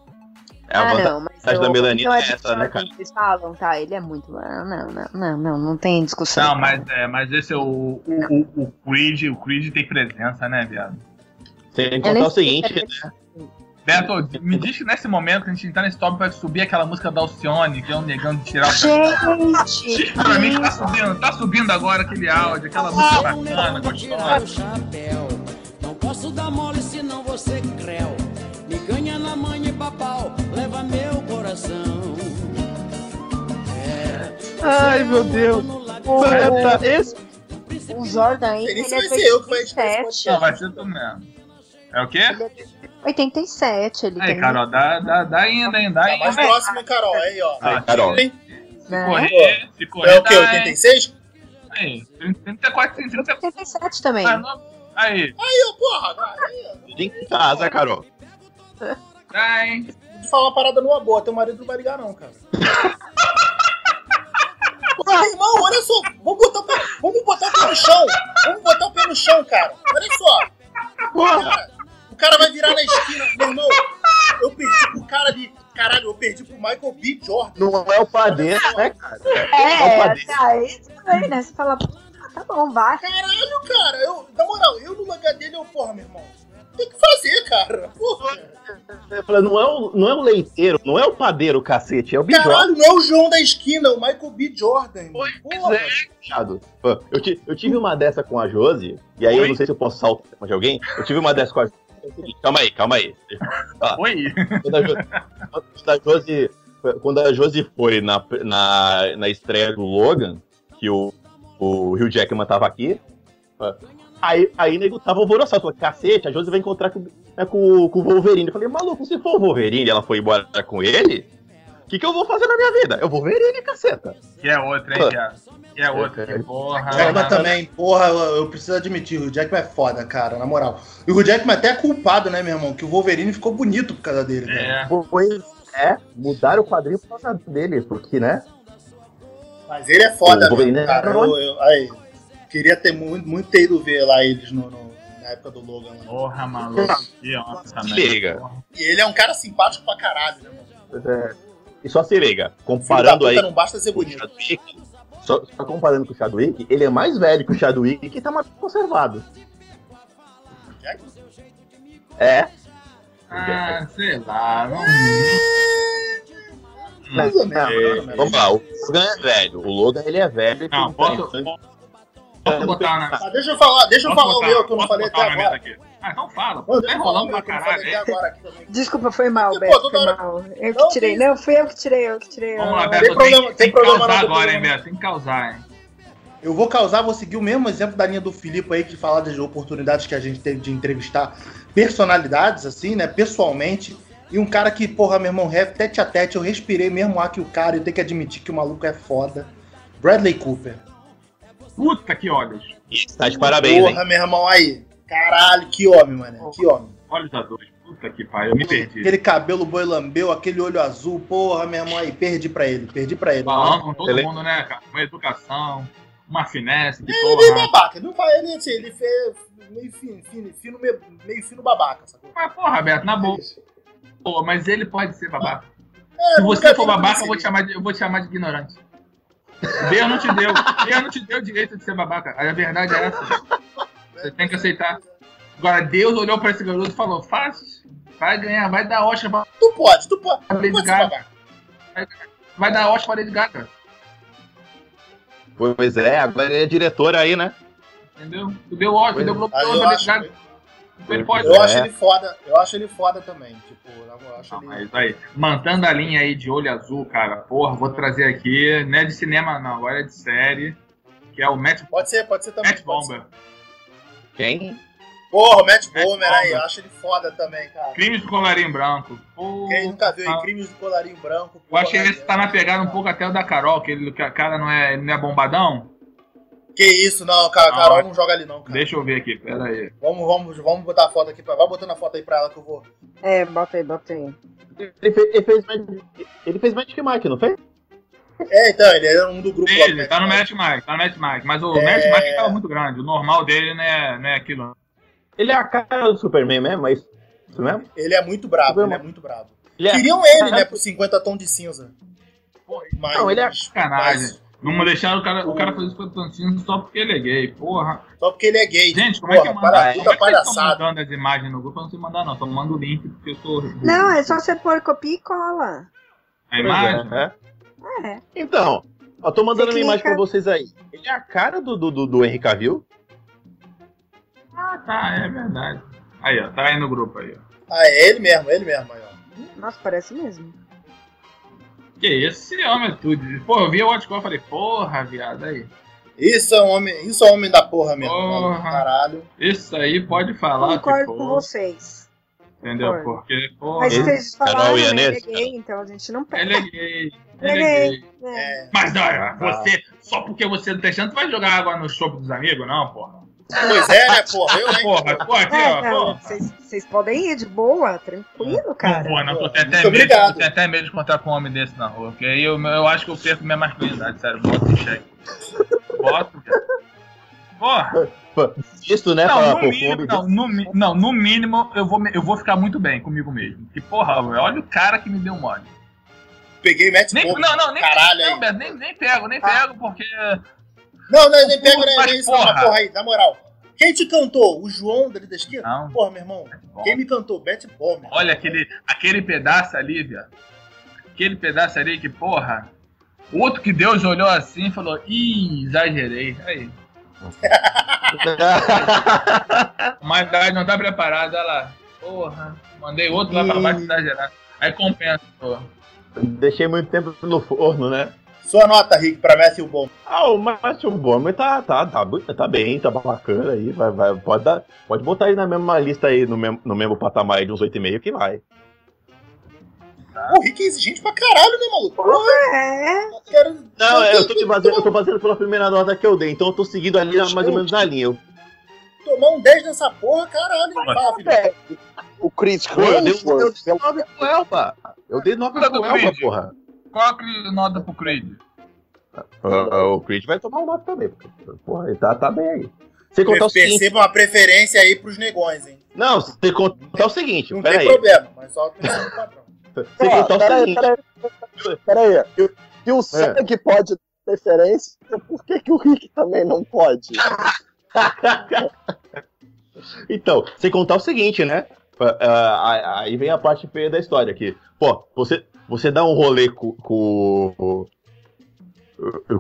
Speaker 3: É a vantagem.
Speaker 5: Ah, não, mas
Speaker 3: da melanina
Speaker 5: então
Speaker 3: é
Speaker 5: de
Speaker 3: essa, né,
Speaker 5: Chadwick
Speaker 3: cara?
Speaker 5: que Eles falam, tá? Ele é muito. Ah, não, não, não, não, não tem discussão.
Speaker 6: Não, mas, é, mas esse é o, o, o, o Creed, o Creed tem presença, né, viado?
Speaker 3: Tem que
Speaker 5: Eu nem
Speaker 3: contar o
Speaker 5: sei se
Speaker 3: seguinte,
Speaker 5: ele-
Speaker 6: Beto, me diz que nesse momento que a gente entrar nesse top vai subir aquela música da Alcione, que é um negão de tirar o
Speaker 5: Gente!
Speaker 6: Diz pra mim que tá subindo, tá subindo agora aquele áudio, aquela música bacana, gostosa.
Speaker 9: chapéu. Não posso dar mole senão você creu. Me ganha na mãe e papau, leva meu coração.
Speaker 3: Ai, meu Deus. Mano, esse-
Speaker 5: O Jordan Ele
Speaker 2: Feliz
Speaker 5: é
Speaker 2: vai ser eu que vou editar esse
Speaker 5: 87.
Speaker 6: Não, vai ser tu mesmo. É o quê?
Speaker 5: 87, ele
Speaker 6: Aí,
Speaker 5: tem.
Speaker 6: Carol, dá, dá, dá ainda, hein? Dá
Speaker 2: Tá mais
Speaker 6: ainda.
Speaker 2: próximo, hein, Carol? Aí, ó.
Speaker 6: Ah,
Speaker 3: Carol.
Speaker 6: Se
Speaker 5: né?
Speaker 6: correr, se correr,
Speaker 2: É o quê?
Speaker 6: dá,
Speaker 2: 86?
Speaker 6: hein? Aí, 34, 34,
Speaker 5: 87 também.
Speaker 6: mais novo. Aí,
Speaker 2: Aí, ó, porra, cara.
Speaker 3: Tem que casa, Carol.
Speaker 6: dá, hein?
Speaker 2: De falar uma parada numa boa, teu marido não vai ligar, não, cara. Pô, irmão, olha só, vamos botar, o pé, vamos botar o pé no chão. Vamos botar o pé no chão, cara. Olha só. Cara, o cara vai virar na esquina. Meu irmão, eu perdi pro cara de. Caralho, eu perdi pro Michael B. Jordan.
Speaker 3: Não é o padeiro, né, cara?
Speaker 5: É,
Speaker 3: Opa,
Speaker 5: é, tá, isso também, né? Você fala, "Ah, tá bom, vai.
Speaker 2: Caralho, cara. Eu, na moral, eu no lugar dele, eu, porra, meu irmão. Tem que fazer, cara. Porra.
Speaker 3: Eu falei, Não é, o, não é o leiteiro, não é o padeiro, cacete, é o bijó.
Speaker 2: Caralho, não é o João da esquina, é o Michael B. Jordan. Porra.
Speaker 3: chato. Pô, Eu, ti- eu tive uma dessa com a Josi, e aí eu
Speaker 6: Oi?
Speaker 3: não sei se eu posso saltar de alguém. Eu tive uma dessa com a Josi. é o seguinte, Calma aí, calma aí.
Speaker 6: Oi.
Speaker 3: Quando a Jo- quando a Josi, quando a Josi foi na, na, na estreia do Logan, que o, o Hugh Jackman tava aqui, aí, aí nego tava alvoroçado. Falou, cacete, a Josi vai encontrar com, é, com, com o Wolverine. Eu falei, maluco, se for o Wolverine e ela foi embora com ele, o que, que eu vou fazer na minha vida? Eu vou Wolverine, caceta.
Speaker 6: Que é outra, hein, viado? Que é outra, que porra.
Speaker 2: Jackman também, porra, eu, eu preciso admitir, o Jackman é foda, cara, na moral. E o Jackman até é culpado, né, meu irmão? Que o Wolverine ficou bonito por causa dele, né? velho.
Speaker 6: É.
Speaker 3: Pois
Speaker 4: né,
Speaker 3: é, mudaram o quadrinho por causa dele, porque, né?
Speaker 2: Mas ele é foda,
Speaker 3: O Wolverine
Speaker 2: mesmo, cara.
Speaker 3: é-
Speaker 2: Eu, eu- aí, queria ter muito, muito ter ido ver lá eles no, no- na época do Logan. lá.
Speaker 6: Porra, maluco. Que onça, né?
Speaker 3: Liga.
Speaker 6: Porra.
Speaker 2: E ele é um cara simpático pra caralho, né, mano?
Speaker 3: É, E só se liga,
Speaker 2: Filho da
Speaker 3: comparando
Speaker 2: puta,
Speaker 3: aí
Speaker 2: Não basta ser
Speaker 3: com o
Speaker 2: bonito.
Speaker 3: Chadwick, só, só comparando com o Chadwick, ele é mais velho que o Chadwick e tá mais conservado.
Speaker 2: Jackman?
Speaker 3: É,
Speaker 6: Ah, sei lá. Não...
Speaker 2: Mais ou menos, mais ou menos.
Speaker 3: né? É, vamos lá, o Logan é velho, o Logan ele é velho.
Speaker 6: Não, posso, posso botar na.
Speaker 2: Ah, deixa eu falar, deixa eu
Speaker 6: posso
Speaker 2: falar o
Speaker 6: botar-
Speaker 2: meu que eu não
Speaker 6: posso
Speaker 2: falei até
Speaker 6: botar na mesa
Speaker 2: agora.
Speaker 6: aqui? Ah, então fala.
Speaker 2: Mano,
Speaker 6: Pô, tá
Speaker 2: deixa eu falar o
Speaker 6: enrolando
Speaker 2: meu
Speaker 6: pra
Speaker 2: que eu não falei até
Speaker 6: caralho. é?
Speaker 2: agora aqui também.
Speaker 5: Desculpa, foi mal,
Speaker 2: Pô,
Speaker 5: Beto,
Speaker 2: toda
Speaker 5: foi
Speaker 2: hora-
Speaker 5: mal. Eu
Speaker 2: Não,
Speaker 5: que tirei,
Speaker 2: tem-
Speaker 5: não, fui eu que tirei, eu que tirei.
Speaker 6: Vamos lá,
Speaker 5: eu-
Speaker 6: Beto.
Speaker 2: Tem problema- tem problema
Speaker 6: causar
Speaker 2: não, tem
Speaker 6: agora, hein,
Speaker 2: problema.
Speaker 6: Beto? Tem que causar, hein?
Speaker 2: Eu vou causar, vou seguir o mesmo exemplo da linha do Filipe aí, que falar das oportunidades que a gente teve de entrevistar personalidades, assim, né, pessoalmente. E um cara que, porra, meu irmão, rap, tete a tete, eu respirei mesmo ar que o cara, eu tenho que admitir que o maluco é foda. Bradley Cooper.
Speaker 6: Puta que olhos.
Speaker 3: Tá de parabéns, hein?
Speaker 2: porra, meu irmão, aí. Caralho, que homem, mano. Que homem.
Speaker 6: Olhos da dois. Puta que pariu. Eu me perdi.
Speaker 2: Aquele cabelo boi lambeu, aquele olho azul, porra, meu irmão, aí. Perdi pra ele, perdi pra ele.
Speaker 6: Falando com todo
Speaker 3: Ele-
Speaker 6: mundo, né, cara? Uma educação, uma finesse, que
Speaker 2: Ele é
Speaker 6: porra.
Speaker 2: babaca, não fala ele assim, ele fez meio fino, fino, fino, meio, meio fino babaca, sacou?
Speaker 6: Mas, Ah, porra, Beto, na boa. Pô, mas ele pode ser babaca.
Speaker 2: É,
Speaker 6: Se
Speaker 2: eu
Speaker 6: você
Speaker 2: nunca
Speaker 6: for
Speaker 2: vi ele
Speaker 6: babaca, eu
Speaker 2: seria.
Speaker 6: vou te chamar de, eu vou te chamar de ignorante. Deus não te deu. Deus não te deu o direito de ser babaca. A verdade é essa. Você tem que aceitar. Agora, Deus olhou pra esse garoto e falou: faz, vai ganhar, vai dar Oscar pra-
Speaker 2: Tu pode, tu pode.
Speaker 6: pra Lady
Speaker 2: Pode ser
Speaker 6: Gaga.
Speaker 2: babaca.
Speaker 6: Vai dar Oscar pra Lady Gaga.
Speaker 3: Pois é, agora ele é diretor aí, né?
Speaker 6: Entendeu? Tu deu Oscar, tu deu Globo de
Speaker 2: Aí
Speaker 6: Ouro
Speaker 2: eu
Speaker 6: pra Lady
Speaker 2: acho,
Speaker 6: Gaga. Então ele pode.
Speaker 2: eu acho
Speaker 3: É.
Speaker 2: ele foda, eu acho ele foda também. Tipo, eu acho
Speaker 6: Não,
Speaker 2: ele.
Speaker 6: mas aí, mantendo a linha aí de olho azul, cara, porra, vou trazer aqui, não é de cinema não, agora é de série, que é o Matt,
Speaker 2: Pode ser, pode ser também.
Speaker 6: Matt
Speaker 2: pode ser.
Speaker 6: Bomber.
Speaker 3: Quem?
Speaker 2: Porra, o Matt Bomer aí, eu acho ele foda também, cara.
Speaker 6: Crimes do Colarinho Branco. Pô,
Speaker 2: Quem tá nunca viu
Speaker 6: ah,
Speaker 2: aí, Crimes do Colarinho Branco.
Speaker 6: Eu acho que
Speaker 2: porra,
Speaker 6: esse tá na pegada um pouco até o da Carol, que, ele, que a cara não é, ele não é bombadão.
Speaker 2: Que isso, não, cara,
Speaker 6: Ah,
Speaker 2: Carol
Speaker 6: olha.
Speaker 2: não joga ali não, cara.
Speaker 6: Deixa eu ver aqui, pera aí.
Speaker 2: Vamos, vamos, vamos botar a foto aqui pra. Vai botando a foto aí pra ela que eu vou.
Speaker 5: É, bota aí, bota aí.
Speaker 3: Ele fez, ele fez, Magic- ele fez Magic Mike, não fez?
Speaker 2: É, então, ele era um do grupo lá do
Speaker 6: Ele tá no Match Mike, tá no Match Mike. Mas o
Speaker 2: É.
Speaker 6: Match Mike tava muito grande. O normal dele não é, não é aquilo.
Speaker 3: Ele é a cara do Superman mesmo, é isso isso mesmo?
Speaker 2: Ele é muito brabo,
Speaker 3: Superman.
Speaker 2: ele é muito brabo.
Speaker 3: Ele é-
Speaker 6: um
Speaker 2: Queriam ele, né, pro 50 tom de cinza. Mas,
Speaker 3: Não, ele é
Speaker 6: Sacanagem. Não deixaram o cara, o cara fazer isso com o Tantino só porque ele é gay, porra.
Speaker 2: Só porque ele é gay.
Speaker 6: Gente, como é
Speaker 2: Porra,
Speaker 6: que manda?
Speaker 2: para- puta
Speaker 6: Como é que vocês estão
Speaker 2: palhaçada.
Speaker 6: mandando as imagens no grupo? Eu não sei mandar, não. Só manda o link porque eu sou.
Speaker 5: Não, é só você pôr copia e cola.
Speaker 6: A imagem?
Speaker 3: Pois é.
Speaker 5: É.
Speaker 3: Então, ó, tô mandando
Speaker 5: Você
Speaker 3: uma imagem
Speaker 5: clica-
Speaker 3: pra vocês aí. Ele é a cara do, do, do, do Henry Cavill?
Speaker 6: Ah, tá, é verdade. Aí, ó, tá aí no grupo aí, ó.
Speaker 2: Ah, é ele mesmo, ele mesmo aí, ó.
Speaker 5: Nossa, parece mesmo.
Speaker 6: Que isso, esse homem é tudo. Pô, eu vi o Watchcall e falei, porra, viado, aí.
Speaker 2: Isso é um homem, isso é um homem da porra mesmo.
Speaker 6: Porra.
Speaker 2: maluco, Caralho.
Speaker 6: Isso aí pode falar que
Speaker 5: Concordo com
Speaker 6: for,
Speaker 5: vocês.
Speaker 6: entendeu?
Speaker 5: concordo.
Speaker 6: Porque, porra,
Speaker 5: Mas
Speaker 6: tipo, ele
Speaker 5: vocês falaram,
Speaker 3: Carol e
Speaker 5: ele é
Speaker 3: Anessa?
Speaker 5: gay, então a gente não pega.
Speaker 6: é gay, ele é
Speaker 5: Ele
Speaker 6: gay.
Speaker 5: né?
Speaker 2: É.
Speaker 6: Mas olha, você, só porque você não tem chance, tu vai jogar água no chope dos amigos, não, porra.
Speaker 2: Pois é, né, porra? Eu, hein?
Speaker 6: Porra, pô, aqui,
Speaker 5: É,
Speaker 6: ó,
Speaker 5: não,
Speaker 6: porra.
Speaker 5: vocês vocês podem ir de boa, tranquilo, cara.
Speaker 6: Porra, não,
Speaker 2: Pô,
Speaker 6: tu tem até
Speaker 2: muito
Speaker 6: medo,
Speaker 2: obrigado.
Speaker 6: tu tem até medo de contar com um homem desse na rua, porque aí eu, eu acho que eu perco minha masculinidade, sério, bota em xeque. Bota, cara. Porra,
Speaker 3: Isso, né? pra-
Speaker 6: não,
Speaker 3: pro
Speaker 6: no mínimo,
Speaker 3: clube.
Speaker 6: não, no, mi- não, no mínimo eu vou, me- eu vou ficar muito bem comigo mesmo. Que porra, velho, olha o cara que me deu um mole.
Speaker 2: Peguei Matt
Speaker 6: Nem,
Speaker 2: Bomer.
Speaker 6: não, não, nem,
Speaker 2: Caralho
Speaker 6: não,
Speaker 2: aí.
Speaker 6: Beto, nem, nem pego, nem pego, porque.
Speaker 2: Não, não, nem pego, né?
Speaker 6: Mas
Speaker 2: Nem isso, não, mas
Speaker 6: porra.
Speaker 2: porra aí, na moral. Quem te cantou? O João dali da esquina?
Speaker 6: Não.
Speaker 2: Porra, meu irmão.
Speaker 3: É
Speaker 2: Quem me cantou? Matt Bomer.
Speaker 6: Olha aquele, aquele pedaço ali, viado. Aquele pedaço ali que, porra. O outro que Deus olhou assim e falou: Ih, exagerei. Aí. Mas dá- não tá preparado, olha lá. Porra. Mandei outro lá pra baixo exagerar. Aí compensa, porra.
Speaker 3: Deixei muito tempo no forno, né?
Speaker 2: Sua nota, Rick, pra Matthew Bomer.
Speaker 3: Ah, o Matthew Bomer tá, tá, tá, bu- tá bem, tá bacana aí, vai, vai, pode, dar, pode botar aí na mesma lista aí, no mesmo, no mesmo patamar aí de uns 8,5 que vai. Tá.
Speaker 2: Pô, O Rick é exigente pra caralho, né, maluco? Porra,
Speaker 5: É,
Speaker 2: eu quero...
Speaker 3: Não, é, eu tô me baseando, eu tô baseando pela primeira nota que eu dei, então eu tô seguindo ali na- mais ou menos na linha. Eu,
Speaker 2: Tomar um 10 nessa porra, caralho. Fala, filho.
Speaker 4: é O Chris
Speaker 3: Pô, eu dei, um- eu
Speaker 4: Hemsworth.
Speaker 3: dei 9 pro Elba! Eu dei 9 pro Elba, porra!
Speaker 6: Qual a cri- nota pro Creed?
Speaker 3: Ah, ah, o Creed vai tomar um 9 também, porque, porra, ele tá, tá bem aí. Sem contar o seguinte,
Speaker 2: Perceba uma preferência aí pros negões, hein?
Speaker 3: não, sem contar o seguinte,
Speaker 2: Não tem
Speaker 3: peraí,
Speaker 2: problema, mas só pensando no padrão.
Speaker 3: sem contar
Speaker 4: Tá,
Speaker 3: o seguinte,
Speaker 4: Peraí, e
Speaker 2: É.
Speaker 4: o Sag pode ter referência, por que, que o Rick também não pode?
Speaker 3: Então, sem contar o seguinte, né? Ah, ah, aí vem a parte feia da história aqui. Pô, você, você dá um rolê com, com, o-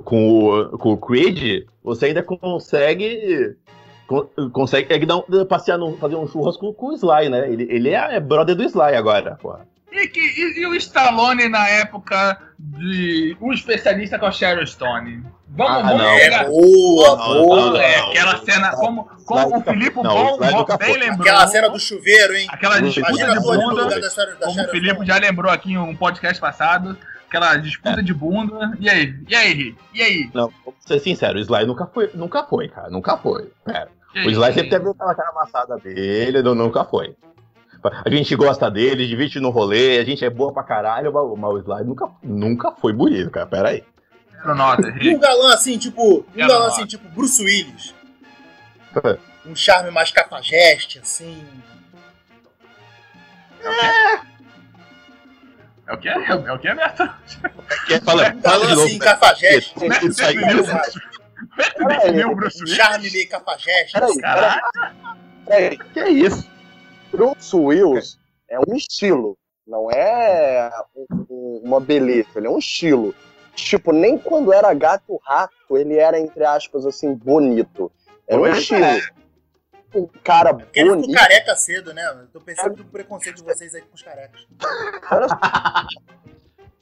Speaker 3: com, o- com o Creed, você ainda consegue. con- Consegue, é que dá um- passear no, fazer um churrasco com o Sly, né? Ele, ele é, é brother do Sly agora, pô.
Speaker 6: E, que, e, e o Stallone na época de. O especialista com a Sharon Stone? Vamos,
Speaker 3: Ah,
Speaker 6: vamos
Speaker 3: não.
Speaker 6: pegar.
Speaker 2: Boa,
Speaker 3: Não, não,
Speaker 2: boa.
Speaker 3: não,
Speaker 6: É,
Speaker 3: não.
Speaker 6: aquela cena, como,
Speaker 3: Slide
Speaker 6: como o
Speaker 3: do
Speaker 6: Filipe
Speaker 3: Capô. Não,
Speaker 6: Bom,
Speaker 3: slide do
Speaker 6: Bom
Speaker 3: Capô.
Speaker 6: bem lembrou.
Speaker 2: Aquela cena do chuveiro, hein?
Speaker 6: Aquela disputa
Speaker 2: Imagina
Speaker 6: de
Speaker 2: a tua no lugar
Speaker 6: bunda,
Speaker 2: da Sharon- da
Speaker 6: como o
Speaker 2: Sharon
Speaker 6: Filipe
Speaker 2: Stone.
Speaker 6: já lembrou aqui em um podcast passado. Aquela
Speaker 3: É.
Speaker 6: disputa de bunda. E aí? E aí, Ri? E aí?
Speaker 3: Não, vou ser sincero, o Sly nunca foi, nunca foi, cara. Nunca foi. É, Pera.
Speaker 6: E aí?
Speaker 3: O Sly sempre teve aquela cara amassada dele, não, nunca foi. A gente gosta dele, divide no rolê, a gente é boa pra caralho, mas mas o Sly nunca, nunca foi bonito, cara. Pera aí.
Speaker 6: Zero nota,
Speaker 2: E um
Speaker 6: Ri.
Speaker 2: galã assim, tipo. Um
Speaker 6: Ela
Speaker 2: galã
Speaker 6: não
Speaker 2: assim, tipo Bruce Willis.
Speaker 3: É.
Speaker 2: Um charme mais cafajeste, assim.
Speaker 6: É o que? É o que, Beto?
Speaker 3: Fala,
Speaker 2: Um
Speaker 3: fala
Speaker 2: galã
Speaker 3: de
Speaker 2: assim,
Speaker 3: novo. né?
Speaker 2: cafajeste.
Speaker 3: Beto, isso aí.
Speaker 6: Beto defendeu o Bruce
Speaker 2: Um
Speaker 6: Willis?
Speaker 2: charme meio cafajeste. assim.
Speaker 4: Peraí,
Speaker 6: Caralho.
Speaker 4: peraí.
Speaker 3: Que é isso?
Speaker 4: Bruce Wills é um estilo, não é um- um- uma beleza, ele é um estilo. Tipo, nem quando era gato rato, ele era, entre aspas, assim, bonito. Era um
Speaker 3: Pois
Speaker 4: estilo.
Speaker 3: é.
Speaker 4: Um cara
Speaker 2: Porque ele ficou
Speaker 4: bonito.
Speaker 2: careca cedo, né? Eu tô pensando no preconceito de vocês aí com os carecas.
Speaker 4: Olha só.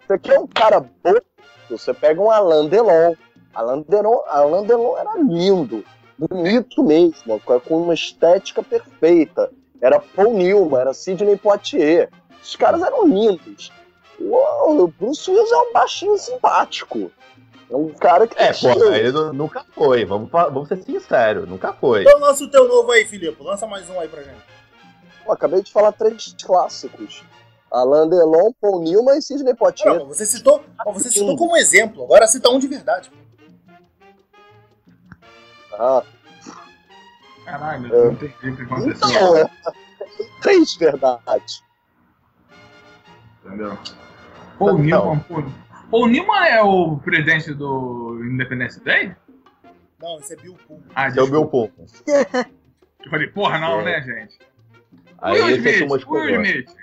Speaker 4: Você quer um cara bonito, você pega um Alain Delon. Alain Delon, Alain Delon era lindo. bonito mesmo, com uma estética perfeita. Era Paul Newman, era Sidney Poitier. Os caras eram lindos. Uou, o Bruce Willis é um baixinho simpático. É um cara que.
Speaker 3: É, pô, ele nu- nunca foi. Vamos, fa- vamos ser sinceros, nunca foi.
Speaker 2: Então lança o teu novo aí, Filipe. Lança mais um aí pra gente.
Speaker 4: Pô, acabei de falar três clássicos: Alain Delon, Paul Newman e Sidney
Speaker 2: Não,
Speaker 4: Poitier.
Speaker 2: mas você citou, mas você citou como exemplo. Agora cita um de verdade.
Speaker 4: Ah,
Speaker 6: Caralho, eu não entendi o que aconteceu.
Speaker 4: então, é. Três verdades.
Speaker 6: Entendeu? Paul Newman, pô. Paul Newman é o presidente do Independence Day?
Speaker 2: Não, esse é Bill Pool.
Speaker 6: Ah,
Speaker 3: Esse é o
Speaker 6: desculpa.
Speaker 3: meu ponto.
Speaker 6: Eu falei, porra, não,
Speaker 3: É.
Speaker 6: né, gente?
Speaker 3: Aí
Speaker 6: Will
Speaker 3: ele fez um
Speaker 6: Smith,
Speaker 3: uma
Speaker 6: Will
Speaker 3: escolha.
Speaker 6: Smith.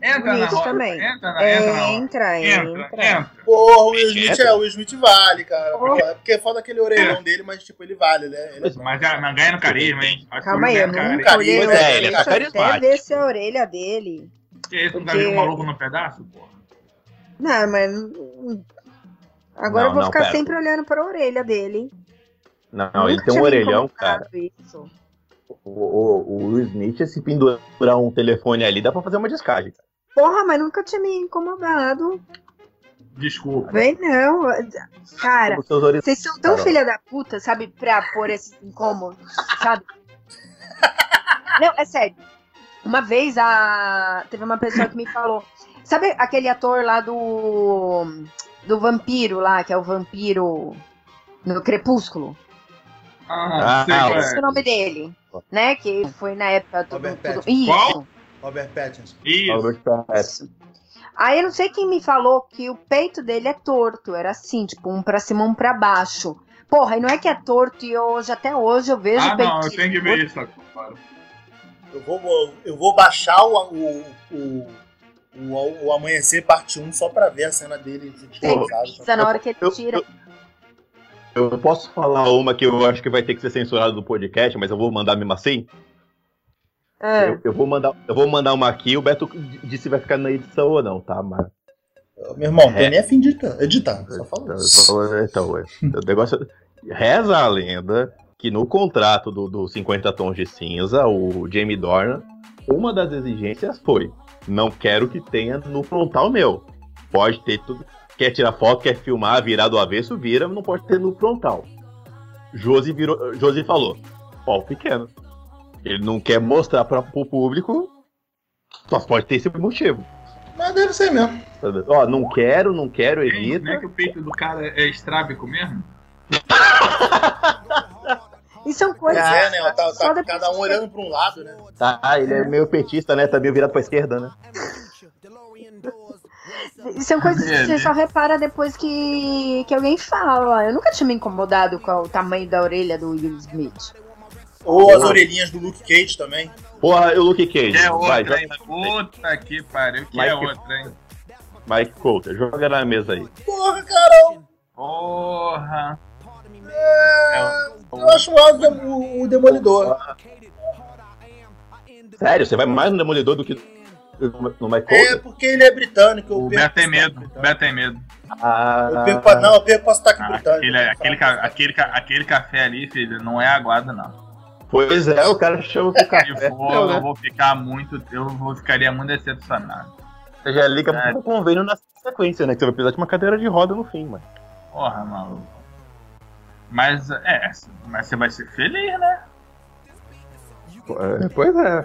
Speaker 6: Entra na
Speaker 5: Smith
Speaker 6: roda.
Speaker 5: também.
Speaker 6: Entra
Speaker 3: Ah,
Speaker 6: na, entra na roda.
Speaker 5: É, Entra,
Speaker 6: Entra,
Speaker 5: entra.
Speaker 6: entra.
Speaker 2: Porra, o Will Smith é, o Will Smith vale, cara.
Speaker 6: Porra.
Speaker 2: É Porque é foda aquele orelhão dele, mas tipo, ele vale, né? Ele é-
Speaker 6: Mas, ah, mas ganha no carisma, hein? Acho que
Speaker 5: Calma aí,
Speaker 6: ganha
Speaker 5: eu
Speaker 6: no carisma.
Speaker 5: nunca olhei
Speaker 2: Pois
Speaker 5: o
Speaker 2: é,
Speaker 5: orelha.
Speaker 2: ele é
Speaker 5: Deixa eu até
Speaker 3: carismático.
Speaker 5: ver se a orelha dele.
Speaker 6: Que isso, não dá
Speaker 5: Porque-
Speaker 6: um maluco no pedaço, porra.
Speaker 5: Não, mas.
Speaker 3: Não,
Speaker 5: Agora eu vou
Speaker 3: não,
Speaker 5: ficar
Speaker 3: pera.
Speaker 5: sempre olhando pra orelha dele.
Speaker 3: Não, ele tem
Speaker 5: Nunca
Speaker 3: um
Speaker 5: tinha me
Speaker 3: orelhão,
Speaker 5: incomodado
Speaker 3: cara.
Speaker 5: isso.
Speaker 3: O, o, o Will Smith, se pendurar um telefone ali, dá pra fazer uma descarga.
Speaker 5: Porra, mas nunca tinha me incomodado.
Speaker 6: Desculpa.
Speaker 5: Vem não. Cara,
Speaker 3: Os seus horizontes.
Speaker 5: Vocês são tão
Speaker 3: Carol.
Speaker 5: filha da puta, sabe, pra pôr esses incômodos, sabe? Não, é sério. Uma vez a... teve uma pessoa que me falou. Sabe aquele ator lá do. do vampiro lá, que é o vampiro no Crepúsculo?
Speaker 6: Ah,
Speaker 3: Ah,
Speaker 6: sei qual
Speaker 5: Esse é o
Speaker 6: é.
Speaker 5: nome dele, né? Que foi na época do.
Speaker 2: Robert
Speaker 5: tudo-
Speaker 2: Pattinson.
Speaker 5: Isso.
Speaker 2: Robert Pattinson.
Speaker 6: Isso.
Speaker 3: Albert Pratt.
Speaker 5: Aí eu não sei quem me falou que o peito dele é torto, era assim, tipo, um pra cima, um pra baixo. Porra, e não é que é torto e hoje, até hoje, eu vejo
Speaker 6: Ah,
Speaker 5: o peito.
Speaker 6: não, eu tenho que ver isso. cara.
Speaker 2: Eu vou, eu vou baixar o, o, o, o, o Amanhecer parte 1 só pra ver a cena dele descasado.
Speaker 5: Precisa é na hora que ele
Speaker 3: Eu-
Speaker 5: tira.
Speaker 3: Eu posso falar uma que eu acho que vai ter que ser censurada do podcast, mas eu vou mandar mesmo assim?
Speaker 5: Ah,
Speaker 3: Eu, eu vou mandar, eu vou mandar uma aqui, o Beto d- disse se vai ficar na edição ou não, tá? Mas
Speaker 2: Meu irmão,
Speaker 3: É.
Speaker 2: tem nem é fim de editar, editar só tá falando.
Speaker 3: Eu tô falando, então, ué, o negócio. Reza a lenda que no contrato do, do 50 Tons de Cinza, o Jamie Dornan, uma das exigências foi: não quero que tenha no frontal meu. Pode ter tudo. Quer tirar foto, quer filmar, virar do avesso, vira, mas não pode ter no frontal. Josi, virou, Josi falou: pau pequeno. Ele não quer mostrar para o público, só pode ter esse motivo.
Speaker 2: Mas deve ser mesmo.
Speaker 3: Ó, não quero, não quero,
Speaker 6: Gente, Não é
Speaker 3: evita.
Speaker 6: que o peito do cara é estrábico mesmo?
Speaker 5: E são
Speaker 2: Pois
Speaker 5: coisas.
Speaker 2: é, né? Tá, tá
Speaker 5: só depois
Speaker 2: cada um olhando pra um lado, né?
Speaker 3: Tá, ele é meio petista, né? Tá meio virado pra esquerda, né?
Speaker 5: E são coisas que
Speaker 6: É,
Speaker 5: você
Speaker 6: né?
Speaker 5: só repara depois que, que alguém fala. Eu nunca tinha me incomodado com o tamanho da orelha do Will Smith.
Speaker 2: Ou as orelhinhas do Luke Cage também.
Speaker 3: Porra, e o Luke Cage.
Speaker 6: Que é
Speaker 3: Vai,
Speaker 6: outra,
Speaker 3: joga-
Speaker 6: hein? Puta que pariu, que
Speaker 3: Mas
Speaker 6: é
Speaker 3: que-
Speaker 6: outra, hein?
Speaker 3: Mike Coulter, joga na mesa aí.
Speaker 2: Porra, Carol!
Speaker 6: Porra.
Speaker 2: Eu acho o, Dem- o, o Demolidor.
Speaker 3: Sério, você vai mais no Demolidor do que no Mike
Speaker 2: É,
Speaker 3: Coulter?
Speaker 2: porque ele é britânico. eu
Speaker 6: O
Speaker 2: perco
Speaker 6: Beto então. tem
Speaker 2: esse
Speaker 6: medo,
Speaker 2: sotaque
Speaker 6: o Beto tem medo.
Speaker 3: Ah,
Speaker 2: britânico. Eu perco, pra- não, eu perco pra sotaque
Speaker 6: Ah,
Speaker 2: britânico.
Speaker 6: Aquele, aquele, ca- aquele, ca- aquele café ali, filho, não é aguado, não.
Speaker 3: Pois é, o cara chama pro
Speaker 2: Tá.
Speaker 6: Se
Speaker 3: café.
Speaker 6: for,
Speaker 2: Então,
Speaker 3: Não,
Speaker 6: eu
Speaker 3: né?
Speaker 6: vou ficar muito. Eu vou, ficaria muito decepcionado.
Speaker 3: Você já liga
Speaker 6: É.
Speaker 3: pro convênio na sequência, né? Que você vai precisar de uma cadeira de roda no fim, mano.
Speaker 6: Porra, maluco. Mas é, mas você vai ser feliz, né?
Speaker 3: É, Pois é.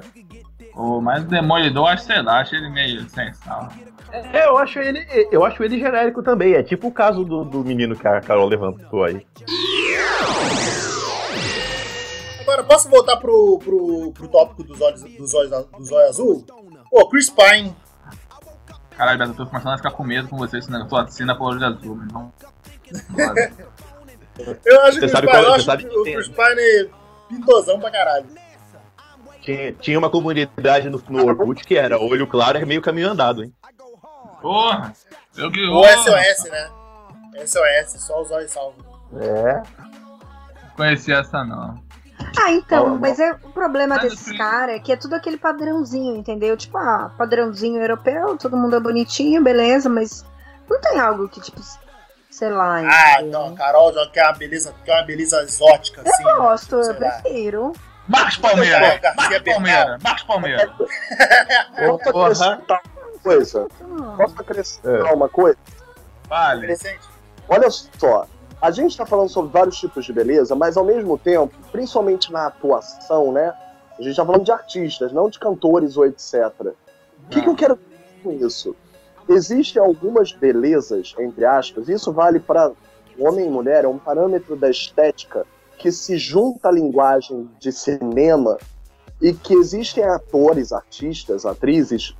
Speaker 6: O- Mas o Demolidor, acho, sei lá, acho ele meio sem sal.
Speaker 3: É, eu acho ele, eu acho ele genérico também. É tipo o caso do, do menino que a Carol levantou aí.
Speaker 2: Agora, posso voltar pro, pro, pro tópico dos olhos, dos olhos do zóio azul? Pô, Chris Pine.
Speaker 6: Caralho, Beto, eu tô começando a ficar com medo com você, esse negócio de assina por olho azul, mas vamos.
Speaker 2: Eu acho que o
Speaker 3: Você
Speaker 2: Chris
Speaker 3: sabe
Speaker 2: Pine,
Speaker 3: qual-
Speaker 2: eu
Speaker 3: você
Speaker 2: acho
Speaker 3: sabe
Speaker 2: que
Speaker 3: que
Speaker 2: o
Speaker 3: tem-
Speaker 2: Chris Pine é pintosão pra caralho.
Speaker 3: Tinha, tinha uma comunidade no, no Orkut que era olho claro é meio caminho andado, hein?
Speaker 6: Porra! Eu que.
Speaker 2: Ou SOS, né? SOS, só os olhos salvos.
Speaker 3: É.
Speaker 6: Conheci essa não.
Speaker 5: Ah,
Speaker 3: Ó,
Speaker 5: então,
Speaker 3: ó.
Speaker 5: mas é, o problema
Speaker 6: Mas
Speaker 5: desses
Speaker 6: assim-
Speaker 5: caras é que é tudo aquele padrãozinho, entendeu? Tipo, ah, padrãozinho europeu, todo mundo é bonitinho, beleza, mas não tem algo que, tipo, sei lá.
Speaker 2: Ah,
Speaker 5: entendeu?
Speaker 2: então, a Carol já quer uma beleza, quer uma beleza exótica, assim.
Speaker 5: Eu gosto,
Speaker 2: sei
Speaker 5: eu
Speaker 2: lá.
Speaker 5: prefiro.
Speaker 6: Marcos Palmeira.
Speaker 2: Bom, Garcia
Speaker 6: Marcos
Speaker 2: Bernal.
Speaker 6: Palmeira. Marcos Palmeira.
Speaker 4: Posso acrescentar uma coisa? Posso acrescentar uma coisa?
Speaker 6: Vale.
Speaker 2: Interessante.
Speaker 4: Olha só, a gente está falando sobre vários tipos de beleza, mas ao mesmo tempo, principalmente na atuação, né? A gente está falando de artistas, não de cantores ou etc. O que, que eu quero dizer com isso? Existem algumas belezas, entre aspas, e isso vale para homem e mulher, é um parâmetro da estética que se junta à linguagem de cinema e que existem atores, artistas, atrizes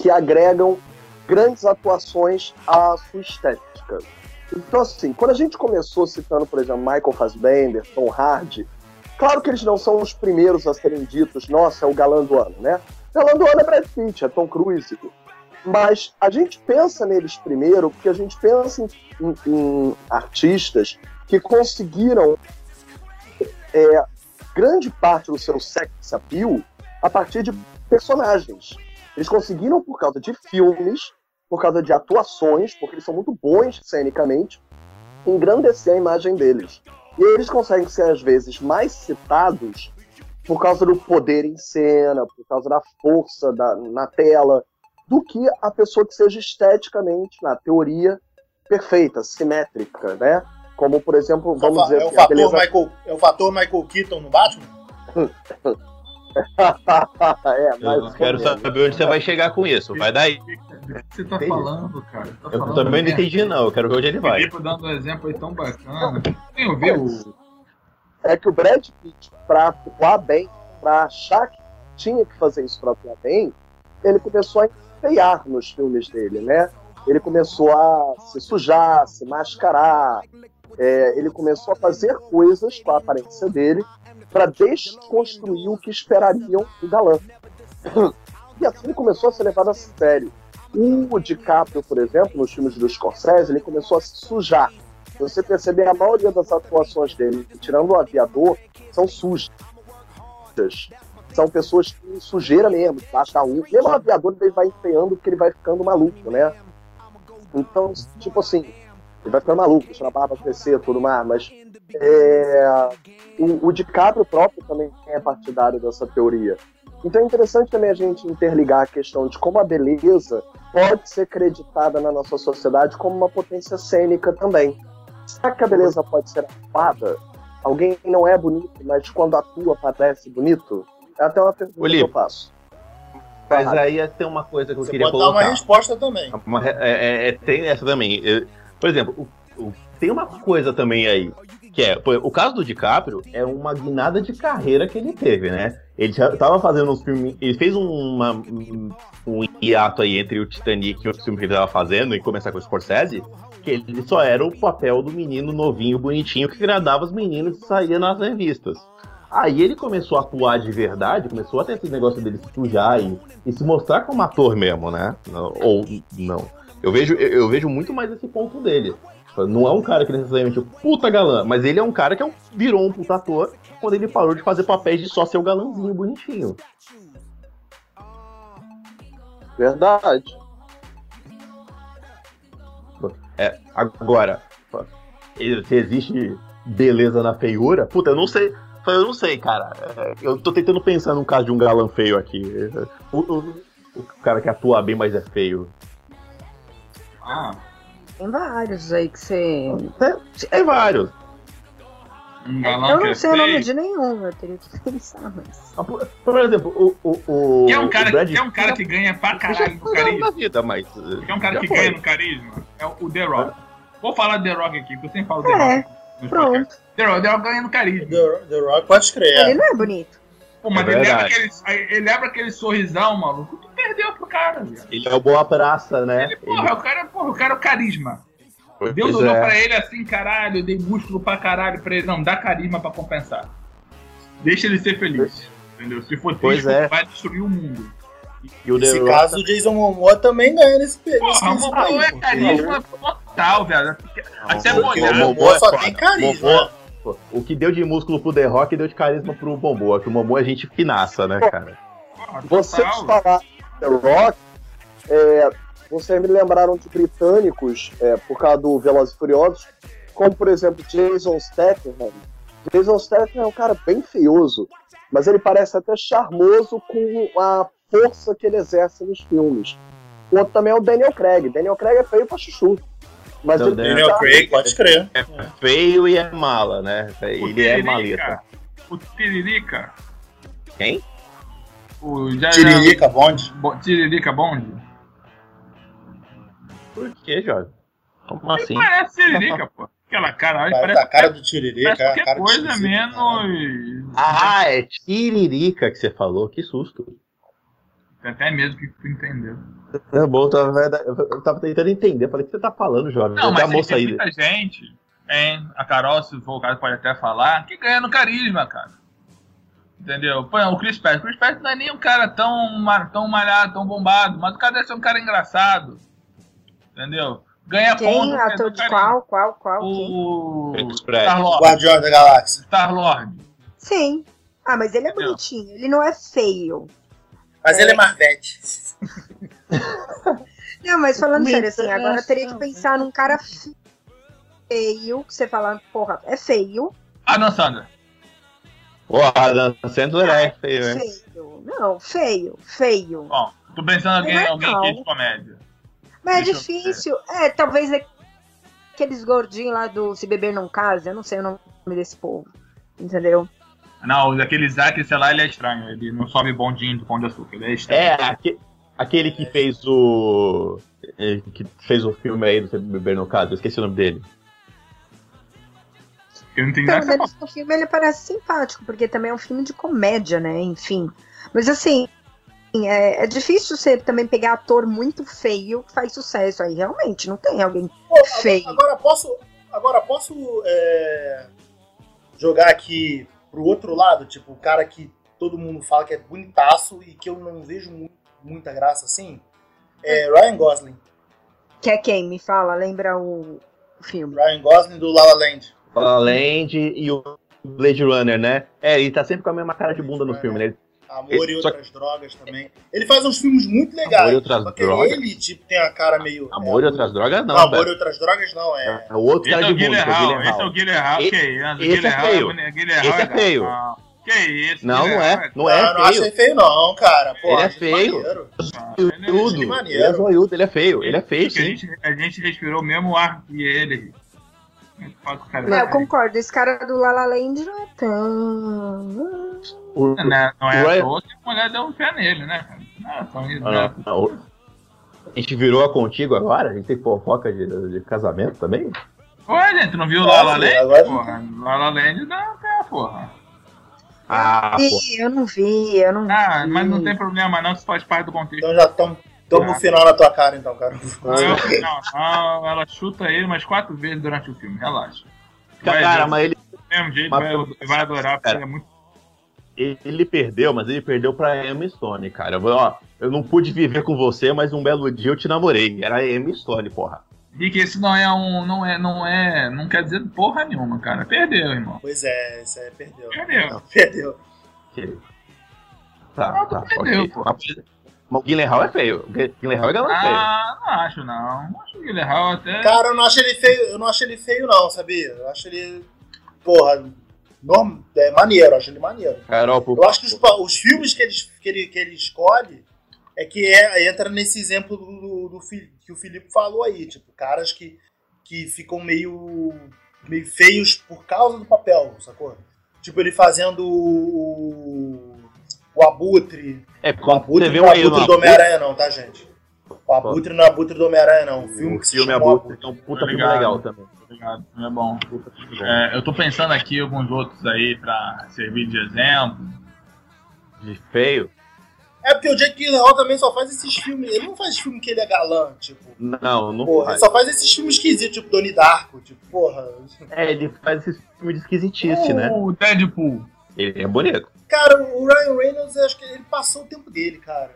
Speaker 4: que agregam grandes atuações à sua estética. Então, assim, quando a gente começou citando, por exemplo, Michael Fassbender, Tom Hardy, claro que eles não são os primeiros a serem ditos, nossa, é o galã do ano, né? O galã do ano é Brad Pitt, é Tom Cruise. Mas a gente pensa neles primeiro porque a gente pensa em, em- em artistas que conseguiram é, grande parte do seu sex appeal a partir de personagens. Eles conseguiram por causa de filmes por causa de atuações, porque eles são muito bons cenicamente, engrandecer a imagem deles. E eles conseguem ser, às vezes, mais citados por causa do poder em cena, por causa da força da- na tela, do que a pessoa que seja esteticamente, na teoria, perfeita, simétrica, né? Como, por exemplo,
Speaker 2: É o
Speaker 4: vamos
Speaker 2: fa-
Speaker 4: dizer
Speaker 2: é o
Speaker 4: assim, a
Speaker 2: fator
Speaker 4: beleza
Speaker 2: Michael- é o fator Michael Keaton no Batman?
Speaker 4: é, mais
Speaker 3: Eu quero saber onde você vai chegar com isso. Vai daí.
Speaker 6: O que você tá
Speaker 3: Entendi.
Speaker 6: falando, cara? Tá
Speaker 3: Eu
Speaker 6: falando
Speaker 3: também não
Speaker 6: merda.
Speaker 3: entendi, não. Eu quero ver onde ele
Speaker 6: O
Speaker 2: Tá
Speaker 3: vai.
Speaker 6: Filipe dando um exemplo aí tão bacana. Quem ouviu? o-
Speaker 4: é que o Brad Pitt, pra atuar bem, pra achar que tinha que fazer isso pra atuar bem, ele começou a enfeiar nos filmes dele, né? Ele começou a se sujar, se mascarar, é, ele começou a fazer coisas com a aparência dele pra desconstruir o que esperariam do galã. E assim ele começou a ser levado a sério. O DiCaprio, por exemplo, nos filmes do Scorsese, ele começou a se sujar você percebe a maioria das atuações dele, tirando o aviador, são sujas. São pessoas que sujeira mesmo, debaixo da rua. Mesmo o aviador ele vai empenhando porque ele vai ficando maluco, né? Então, tipo assim, ele vai ficando maluco, deixando a barba crescer, tudo mais, mas é, o, o DiCaprio próprio também é partidário dessa teoria. Então é interessante também a gente interligar a questão de como a beleza pode ser creditada na nossa sociedade como uma potência cênica também. Será que a beleza pode ser atuada? Alguém não é bonito, mas quando atua parece bonito? É até uma pergunta que
Speaker 3: Olívio.
Speaker 4: eu faço.
Speaker 3: Mas é aí tem uma coisa que eu
Speaker 2: Você
Speaker 3: queria
Speaker 2: pode
Speaker 3: colocar.
Speaker 2: dar uma resposta também.
Speaker 3: Uma re- é- é- é- tem essa também. Eu- por exemplo, o- o- tem uma coisa também aí, que é, pô, o caso do DiCaprio é uma guinada de carreira que ele teve, né? Ele já tava fazendo uns filmes. Ele fez um- uma, um um hiato aí entre o Titanic e outro filme que ele tava fazendo, e começar com o Scorsese, que ele só era o papel do menino novinho, bonitinho, que agradava os meninos e saía nas revistas. Aí ele começou a atuar de verdade, começou a ter esse negócio dele se sujar e e se mostrar como ator mesmo, né? Não- Ou não. Eu vejo, eu, eu vejo muito mais esse ponto dele. Não é um cara que necessariamente é um puta galã, mas ele é um cara que é um- virou um puta ator quando ele parou de fazer papéis de só ser o galãzinho bonitinho.
Speaker 4: Ah, Verdade.
Speaker 3: É, agora, pô, e- se existe beleza na feiura, puta, eu não sei. Eu não sei, cara. É, Eu tô tentando pensar num caso de um galã feio aqui. O, o- o cara que atua bem, mas é feio.
Speaker 6: Ah,
Speaker 5: Tem vários aí que você.
Speaker 3: Tem É, vários.
Speaker 6: um
Speaker 5: eu
Speaker 6: galão que
Speaker 5: não
Speaker 6: é
Speaker 5: sei o nome
Speaker 6: feio.
Speaker 5: de nenhum, eu teria que pensar, mas.
Speaker 3: Ah, Por, por exemplo, o, o, o,
Speaker 6: Que é um cara,
Speaker 3: o Brad
Speaker 6: que, é um cara que ganha pra caralho no carisma.
Speaker 3: da vida, mas. eh,
Speaker 6: Que é um cara
Speaker 3: já
Speaker 6: que
Speaker 3: foi.
Speaker 6: ganha no carisma. É o o The Rock. Vou falar do The Rock aqui, porque eu sempre falo do The
Speaker 5: É,
Speaker 6: Rock. nos podcasts.
Speaker 5: Pronto.
Speaker 6: The Rock, The Rock ganha no carisma.
Speaker 2: The, The Rock pode
Speaker 5: Ele
Speaker 2: escrever.
Speaker 5: não é bonito.
Speaker 6: Pô, mas
Speaker 3: É
Speaker 6: ele, leva
Speaker 3: verdade.
Speaker 6: aquele, ele leva aquele sorrisão, maluco. Tu perdeu pro cara, velho.
Speaker 3: Ele é o Boa Praça, né?
Speaker 6: Ele, porra, o cara, porra, o cara é o carisma.
Speaker 3: Ele-
Speaker 6: Deus
Speaker 3: Pois
Speaker 6: olhou
Speaker 3: é.
Speaker 6: pra ele assim, caralho, eu dei músculo pra caralho pra ele. Não, dá carisma pra compensar. Deixa ele ser feliz. Entendeu? Se for
Speaker 3: Pois
Speaker 6: triste,
Speaker 3: é.
Speaker 6: vai destruir o mundo.
Speaker 3: E o The
Speaker 2: Nesse
Speaker 3: Rock-
Speaker 2: caso, o Jason Momoa também ganha nesse pe- nesse
Speaker 6: Porra, o
Speaker 2: quesito aí,
Speaker 6: Momoa é
Speaker 2: pô.
Speaker 6: carisma total, velho. Até
Speaker 3: Não,
Speaker 2: Porque o
Speaker 6: molhado.
Speaker 2: Momoa é só tem
Speaker 3: é foda.
Speaker 2: carisma. né?
Speaker 3: Momoa- pô, O que deu de músculo pro The Rock deu de carisma pro Momoa, que o Momoa é gente finaça, né, cara?
Speaker 6: Porra,
Speaker 4: Vocês
Speaker 6: total.
Speaker 4: falaram The Rock, é, vocês me lembraram de britânicos, é, por causa do Velozes e Furiosos, como, por exemplo, Jason Statham. Jason Statham é um cara bem feioso, mas ele parece até charmoso com a força que ele exerce nos filmes. O outro também é o Daniel Craig. Daniel Craig é feio pra chuchu. Mas
Speaker 3: Não,
Speaker 4: ele
Speaker 2: É,
Speaker 3: Daniel
Speaker 4: tá-
Speaker 2: Craig, pode crer.
Speaker 3: É feio e é mala, né?
Speaker 6: O
Speaker 3: Ele é maleta.
Speaker 6: Tiririca. O Tiririca.
Speaker 3: Quem?
Speaker 6: O já, já,
Speaker 2: Tiririca, Bond.
Speaker 6: Bo- Tiririca Bond.
Speaker 3: Por que, Jorge? Como
Speaker 6: Ele
Speaker 3: assim?
Speaker 6: Parece é Tiririca, pô. Aquela cara, ele
Speaker 2: Cara, tá a
Speaker 6: parece,
Speaker 2: cara do Tiririca.
Speaker 6: parece
Speaker 2: é a
Speaker 6: qualquer
Speaker 2: cara de
Speaker 6: coisa
Speaker 2: esquisito, né?
Speaker 6: menos.
Speaker 3: Ah, é tiririca que você falou, que susto.
Speaker 6: Tem Até mesmo que tu entendeu.
Speaker 3: É bom, eu tava, eu tava tentando entender, falei, o que você tá falando, Jorge?
Speaker 6: Não,
Speaker 3: Tem a
Speaker 6: mas
Speaker 3: moça
Speaker 6: tem
Speaker 3: aí.
Speaker 6: muita gente, hein? A Carol, se for o caso, pode até falar, que ganha no carisma, cara. Entendeu? Pô, o Chris Pratt. O Chris Pratt não é nem um cara tão, ma- tão malhado, tão bombado, mas o cara deve ser um cara engraçado. Entendeu? Ganha
Speaker 5: Quem?
Speaker 6: ponto.
Speaker 5: Ator
Speaker 6: pelo
Speaker 5: de
Speaker 6: carisma.
Speaker 5: qual? É Qual? Qual? Quem?
Speaker 6: né? O.
Speaker 3: Chris Pratt.
Speaker 6: Star-Lord.
Speaker 2: Guardião da Galáxia.
Speaker 6: Star-Lord.
Speaker 5: Sim. Ah, mas ele é
Speaker 6: Entendeu?
Speaker 5: bonitinho. Ele não é feio.
Speaker 2: Mas ele é Marvete.
Speaker 5: Não, mas falando sério, assim,
Speaker 6: é
Speaker 8: Lindo,
Speaker 5: agora eu teria que
Speaker 8: né?
Speaker 5: pensar num cara feio, que você fala, porra, é feio,
Speaker 6: Adam Sandler.
Speaker 3: Pô, Adam Sandler é feio, né?
Speaker 5: feio. Não, feio, feio.
Speaker 6: Bom, tô pensando alguém,
Speaker 5: Não é
Speaker 6: alguém
Speaker 5: não.
Speaker 6: aqui de comédia.
Speaker 5: Mas é
Speaker 6: Deixa eu ver.
Speaker 5: difícil. É, talvez aqueles gordinhos lá do Se Beber Não Casa, eu não sei o nome desse povo. Entendeu?
Speaker 6: Não, aquele Isaac, sei lá, ele é estranho. Ele não sobe bondinho do pão de açúcar. Ele é estranho.
Speaker 3: É, aque- aquele que fez o. eh, que fez o filme aí do Sempre Beber no caso, eu esqueci o nome dele.
Speaker 6: Eu não entendi
Speaker 5: Pelo
Speaker 6: nada. que você
Speaker 5: menos no filme ele parece simpático, porque também é um filme de comédia, né? Enfim. Mas assim, é, é difícil você também pegar ator muito feio que faz sucesso aí. Realmente, não tem alguém feio.
Speaker 2: Agora posso, agora posso é, jogar aqui pro outro lado, tipo, o cara que todo mundo fala que é bonitaço e que eu não vejo mu- muita graça assim. É Ryan Gosling.
Speaker 5: Que é quem? Me fala, lembra o o filme.
Speaker 2: Ryan Gosling do La La Land.
Speaker 3: A Land e o Blade Runner, né? É, ele tá sempre com a mesma cara de bunda no filme, né?
Speaker 2: Amor e
Speaker 3: Só-
Speaker 2: outras drogas também. Ele faz uns filmes muito legais.
Speaker 3: Amor e Outras
Speaker 2: só que
Speaker 3: Drogas?
Speaker 2: Ele, tipo, tem a cara meio.
Speaker 3: Amor
Speaker 2: é,
Speaker 3: e outras drogas,
Speaker 2: Não,
Speaker 3: não.
Speaker 2: amor
Speaker 3: velho.
Speaker 2: e outras drogas não, é.
Speaker 3: É o outro
Speaker 6: Esse
Speaker 3: cara
Speaker 6: é
Speaker 3: de
Speaker 6: o
Speaker 3: bunda, que é o
Speaker 6: Guilherme Esse é o
Speaker 3: Hall.
Speaker 6: Guilherme Hall.
Speaker 3: E-
Speaker 6: Que isso?
Speaker 3: esse é
Speaker 6: Guilherme Hall
Speaker 3: feio.
Speaker 6: boni- Guilherme
Speaker 3: Esse
Speaker 6: Hall
Speaker 3: é feio.
Speaker 6: gatão. Que isso?
Speaker 3: Não, não
Speaker 6: Guilherme
Speaker 3: é. Não
Speaker 2: Ah, eu não acho
Speaker 3: é
Speaker 2: ele
Speaker 3: feio.
Speaker 2: feio, não, cara. Pô,
Speaker 3: Ele é
Speaker 2: acho
Speaker 3: feio.
Speaker 2: maneiro.
Speaker 6: gatão. Ele é-
Speaker 2: Que
Speaker 3: Tudo.
Speaker 2: maneiro.
Speaker 3: Ele é zoiudo, ele é feio. Ele é feio,
Speaker 6: que a,
Speaker 3: sim.
Speaker 6: gente, a gente respirou o mesmo ar que ele. Fala com o cara. assim.
Speaker 5: Não, É, eu concordo, esse cara do La La Land não é tão.
Speaker 3: O-
Speaker 6: Né, Não é
Speaker 3: Ué?
Speaker 6: à toa que a mulher deu um pé nele, né, cara? Não, só isso,
Speaker 3: Ah,
Speaker 6: né?
Speaker 3: não. A gente virou a contigo agora? A gente tem fofoca de, de casamento também?
Speaker 6: Ué, gente, não viu o Lala
Speaker 2: Nossa,
Speaker 6: Land?
Speaker 2: agora-
Speaker 6: Porra, Lala Land dá um pé, porra.
Speaker 3: Ah, pô.
Speaker 5: Ih, eu não vi, eu não
Speaker 6: Ah,
Speaker 5: vi.
Speaker 6: mas não tem problema não, que isso faz parte do contexto.
Speaker 2: Então já estamos pro
Speaker 3: É.
Speaker 6: Ah.
Speaker 2: final na tua cara, então, cara.
Speaker 6: Não,
Speaker 3: Ah,
Speaker 6: é o final, não, ela chuta ele umas quatro vezes durante o filme, relaxa. Vai,
Speaker 3: Cara,
Speaker 6: gente.
Speaker 3: mas ele,
Speaker 6: Do mesmo jeito,
Speaker 3: Mas-
Speaker 6: vai, vai adorar, porque
Speaker 3: Cara.
Speaker 6: é muito.
Speaker 3: ele perdeu, mas ele perdeu pra Emma Stone, cara. Eu, ó, eu não pude viver com você, mas um belo dia eu te namorei. Era a Emma Stone, porra.
Speaker 6: E que esse não é um. Não é, não é. Não quer dizer porra nenhuma, cara. Perdeu, irmão.
Speaker 2: Pois é, isso aí perdeu.
Speaker 6: Perdeu.
Speaker 2: Perdeu.
Speaker 3: Que- Tá, tá,
Speaker 6: perdeu,
Speaker 3: ok.
Speaker 6: pô.
Speaker 3: Mas- mas o Guilherme Hall é feio. O Guilherme Hall é galã feio.
Speaker 6: Ah, não acho não. Acho que o Guilherme Hall até.
Speaker 2: Cara, eu não acho ele feio, eu não acho ele feio, não, sabia? Eu acho ele. Porra, norm- é maneiro, eu acho ele maneiro.
Speaker 3: Carol, por
Speaker 2: Eu acho que os, pa- os filmes que ele, que, ele, que ele escolhe é que é- entra nesse exemplo do, do- do Fi- que o Felipe falou aí, tipo, caras que, que ficam meio. meio feios por causa do papel, sacou? Tipo, ele fazendo o. o Abutre
Speaker 3: É,
Speaker 2: O
Speaker 3: quando
Speaker 2: Abutre
Speaker 3: você vê
Speaker 2: não
Speaker 3: um
Speaker 2: é
Speaker 3: aí
Speaker 2: Abutre
Speaker 3: no
Speaker 2: do Homem-Aranha, não, tá, gente? O Abutre não é Abutre do Homem-Aranha, não. O filme que se
Speaker 3: filme
Speaker 2: chamou
Speaker 3: Abutre,
Speaker 2: Abutre.
Speaker 3: é um puta filme
Speaker 6: Obrigado.
Speaker 3: legal também.
Speaker 6: Obrigado, é bom. É, eu tô pensando aqui alguns outros aí pra servir de exemplo.
Speaker 3: De feio?
Speaker 2: É porque o Jake Gyllenhaal também só faz esses filmes. Ele não faz filme que ele é galã, tipo.
Speaker 3: Não, não
Speaker 2: Porra, ele
Speaker 3: faz.
Speaker 2: só faz esses filmes esquisitos, tipo Donnie Darko, tipo, porra.
Speaker 3: É, ele faz esse filme de esquisitice, né?
Speaker 6: O Deadpool.
Speaker 3: Ele é bonito.
Speaker 2: Cara, o Ryan Reynolds, eu acho que ele passou o tempo dele, cara.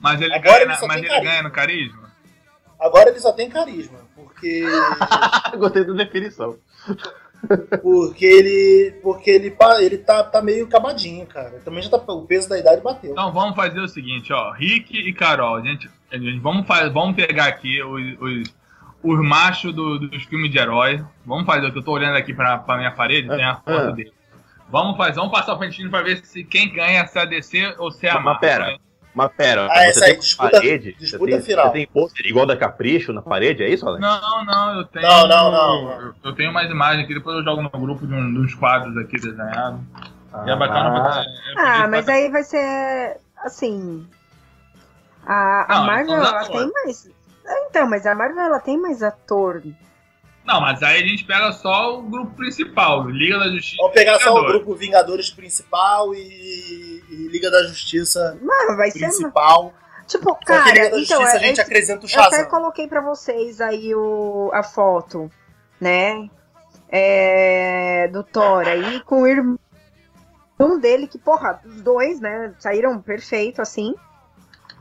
Speaker 6: Mas ele,
Speaker 2: Agora
Speaker 6: ganha,
Speaker 2: ele só
Speaker 6: mas
Speaker 2: tem
Speaker 6: ele
Speaker 2: carisma.
Speaker 6: ganha no carisma?
Speaker 2: Agora ele só tem carisma, porque.
Speaker 3: Gostei da definição.
Speaker 2: Porque ele. Porque ele, pa- ele tá, tá meio acabadinho, cara. Também já tá. O peso da idade bateu.
Speaker 6: Então vamos fazer o seguinte, ó. Rick e Carol, a gente, a gente- vamos, fa- vamos pegar aqui os, os, os machos do- dos filmes de herói. Vamos fazer o que eu tô olhando aqui pra, pra minha parede, tem a foto
Speaker 3: ah.
Speaker 6: dele. Vamos fazer, vamos passar o pentinho pra ver se quem ganha se é a DC ou se é a
Speaker 3: Mas, mas
Speaker 6: Marvel.
Speaker 3: pera. Mas pera,
Speaker 2: Ah, essa
Speaker 3: você
Speaker 2: aí,
Speaker 3: tem
Speaker 2: disputa-
Speaker 3: parede?
Speaker 2: disputa
Speaker 3: você tem,
Speaker 2: final.
Speaker 3: Você tem pôster igual da Capricho na parede, é isso, Alex?
Speaker 6: Não, não, eu tenho.
Speaker 2: Não, não, não.
Speaker 6: Eu, eu tenho mais imagens aqui, depois eu jogo no grupo de um, dos quadros aqui desenhados. E é bacana pra
Speaker 3: Ah,
Speaker 6: é- é
Speaker 5: Ah,
Speaker 6: bonito
Speaker 5: mas
Speaker 6: pra-
Speaker 5: aí vai ser. Assim. A, a
Speaker 6: Não,
Speaker 5: Marvel,
Speaker 6: então dá
Speaker 5: ela
Speaker 6: pra-
Speaker 5: tem mais. Ah, Então, mas a Marvel, ela tem mais ator.
Speaker 6: Não, mas aí a gente pega só o grupo principal, Liga da Justiça.
Speaker 2: Vamos pegar só o
Speaker 6: Vingadores.
Speaker 2: grupo Vingadores principal e, e Liga da Justiça
Speaker 5: Mano, Ah, vai ser.
Speaker 2: principal.
Speaker 5: Tipo,
Speaker 2: Só que
Speaker 5: cara,
Speaker 2: Liga da
Speaker 5: então.
Speaker 2: Justiça a
Speaker 5: É, é,
Speaker 2: gente acrescenta o
Speaker 5: eu até
Speaker 2: Shazam.
Speaker 5: coloquei pra vocês aí o, a foto, né? É, do Thor aí com o irmão dele, que, porra, os dois, né? Saíram perfeito assim.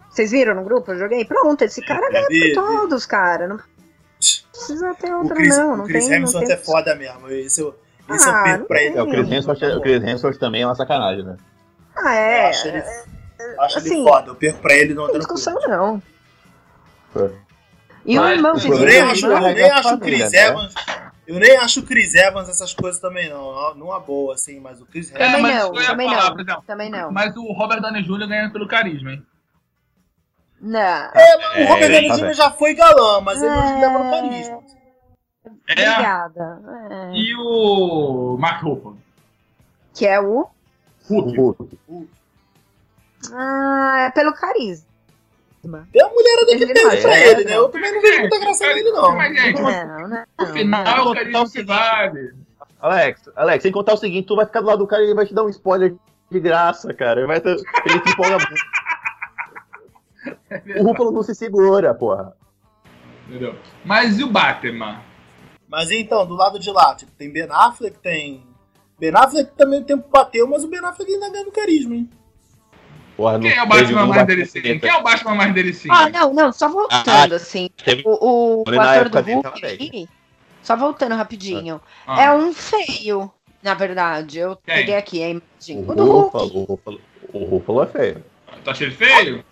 Speaker 5: Vocês viram no grupo? Eu joguei. Pronto, esse cara ganha
Speaker 2: Vi,
Speaker 5: por todos, cara. Não precisa ter
Speaker 2: O
Speaker 5: outro,
Speaker 2: Chris,
Speaker 5: não. Não
Speaker 2: o Chris
Speaker 5: tem, não
Speaker 2: Hemsworth
Speaker 5: tem-
Speaker 2: é foda mesmo. Esse eu, esse
Speaker 5: Ah,
Speaker 2: eu perco
Speaker 5: não
Speaker 2: pra ele.
Speaker 5: tem.
Speaker 3: é, o Chris Hemsworth- o Chris Hemsworth também é uma sacanagem, né?
Speaker 5: Ah,
Speaker 2: Eu
Speaker 5: é.
Speaker 2: acho ele, acho
Speaker 5: assim,
Speaker 2: ele foda. Eu perco pra ele no
Speaker 5: Não tem
Speaker 2: tranquilo.
Speaker 5: discussão, não.
Speaker 3: É.
Speaker 5: E o
Speaker 6: Mas-
Speaker 5: irmão,
Speaker 3: Mas
Speaker 5: vocês
Speaker 2: Eu
Speaker 5: viram
Speaker 2: nem
Speaker 5: o
Speaker 2: acho,
Speaker 5: irmão?
Speaker 2: eu
Speaker 3: Não,
Speaker 2: nem
Speaker 3: é
Speaker 2: acho o
Speaker 3: família,
Speaker 2: Chris
Speaker 3: né?
Speaker 2: Evans. Eu nem acho o Chris Evans essas coisas também, não. Numa boa, assim, mas o Chris Evans.
Speaker 5: Também
Speaker 6: É, mas
Speaker 5: não,
Speaker 6: isso que eu ia
Speaker 5: também
Speaker 6: falar,
Speaker 5: não.
Speaker 6: por exemplo.
Speaker 5: Também não.
Speaker 6: Mas o Robert Downey Jr. ganha pelo carisma, hein?
Speaker 5: Não.
Speaker 2: É, mas
Speaker 3: É,
Speaker 2: o Robert
Speaker 3: ele
Speaker 2: Downey
Speaker 3: tá
Speaker 2: Jr.
Speaker 3: velho.
Speaker 2: já foi galã, mas ele não
Speaker 5: É.
Speaker 2: leva no carisma.
Speaker 6: É.
Speaker 5: Obrigada. É.
Speaker 6: E o Mark Ruffalo.
Speaker 5: Que é o.
Speaker 6: Hulk.
Speaker 5: Ah, é pelo carisma.
Speaker 2: Deu a mulherada que
Speaker 5: Ele
Speaker 2: teve
Speaker 5: não é,
Speaker 2: pra ele, né?
Speaker 5: não.
Speaker 2: Eu também não vejo muita graça nele, não.
Speaker 6: Mas, gente,
Speaker 5: Não, né? não.
Speaker 6: tipo, no final, o carisma se vale.
Speaker 3: Alex, Alex, sem contar o seguinte, tu vai ficar do lado do cara e ele vai te dar um spoiler de graça, cara. Ele, vai ter, ele te empolga muito. O Rúfalo não se segura, porra.
Speaker 6: Entendeu? Mas e o Batman?
Speaker 2: Mas então, do lado de lá, tipo, tem Ben Affleck, tem. Ben Affleck também o tempo bateu, mas o Ben Affleck ainda ganha no carisma, hein?
Speaker 3: Porra,
Speaker 6: Quem
Speaker 3: não-
Speaker 6: é o Batman
Speaker 3: não
Speaker 6: mais
Speaker 3: bate-
Speaker 6: delicinho? Quem é o Batman mais delicinho?
Speaker 5: Ah, não, não, só
Speaker 6: Ah,
Speaker 5: voltando, assim.
Speaker 6: é
Speaker 3: teve-
Speaker 5: O, o, o
Speaker 3: Na
Speaker 5: ator do
Speaker 3: época dele,
Speaker 5: Hulk
Speaker 3: tava bem.
Speaker 5: aqui, só voltando rapidinho.
Speaker 6: Ah.
Speaker 5: É um feio, na verdade. Eu
Speaker 6: Quem?
Speaker 5: peguei aqui a imagem.
Speaker 3: O
Speaker 5: O do Hulk.
Speaker 3: Rúfalo, o Rúfalo- o Rúfalo é feio.
Speaker 6: Tu acha ele tá feio?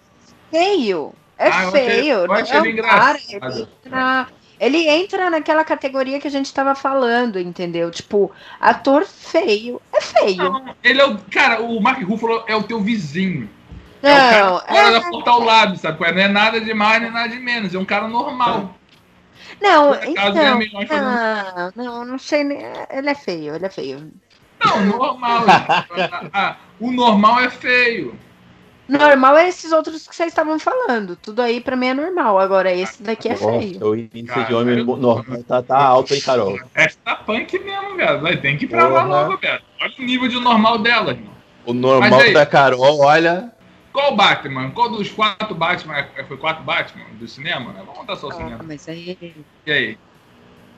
Speaker 5: Feio. É
Speaker 6: Ah, eu achei-
Speaker 5: feio.
Speaker 6: eu
Speaker 5: não
Speaker 6: achei
Speaker 5: é
Speaker 6: ele
Speaker 5: um cara,
Speaker 6: engraçado.
Speaker 5: ele entra- ele entra naquela categoria que a gente tava falando, entendeu? Tipo, ator feio é feio.
Speaker 6: Não, ele é o. Cara, o Mark Ruffalo é o teu vizinho. é o cara
Speaker 5: Não,
Speaker 6: que mora
Speaker 5: é-
Speaker 6: na porta ao lado, sabe? qual é? Não é nada de mais nem nada de menos. É um cara normal.
Speaker 5: Não,
Speaker 6: Por acaso, ele é
Speaker 5: então.
Speaker 6: melhor fazendo-
Speaker 5: Não, não, não sei. nem- Ele é feio, ele é feio.
Speaker 6: Não, normal. gente. Ah, ah, o normal é feio.
Speaker 5: Normal é esses outros que vocês estavam falando. Tudo aí pra mim é normal. Agora esse daqui é
Speaker 3: Porra,
Speaker 5: feio.
Speaker 3: O índice de
Speaker 6: Cara,
Speaker 3: homem
Speaker 6: eu-
Speaker 3: normal tá, tá alto, hein, Carol?
Speaker 6: Essa tá punk mesmo, velho. Vai, Tem que ir pra lá
Speaker 3: Porra.
Speaker 6: logo, velho. Olha o nível de normal dela, irmão.
Speaker 3: O
Speaker 6: Mas
Speaker 3: normal
Speaker 6: aí-
Speaker 3: da Carol, olha.
Speaker 6: Qual Batman? Qual dos quatro Batman? é, Foi quatro Batman do cinema, né? Vamos contar só o
Speaker 5: Ah,
Speaker 6: cinema.
Speaker 5: mas aí.
Speaker 6: E aí?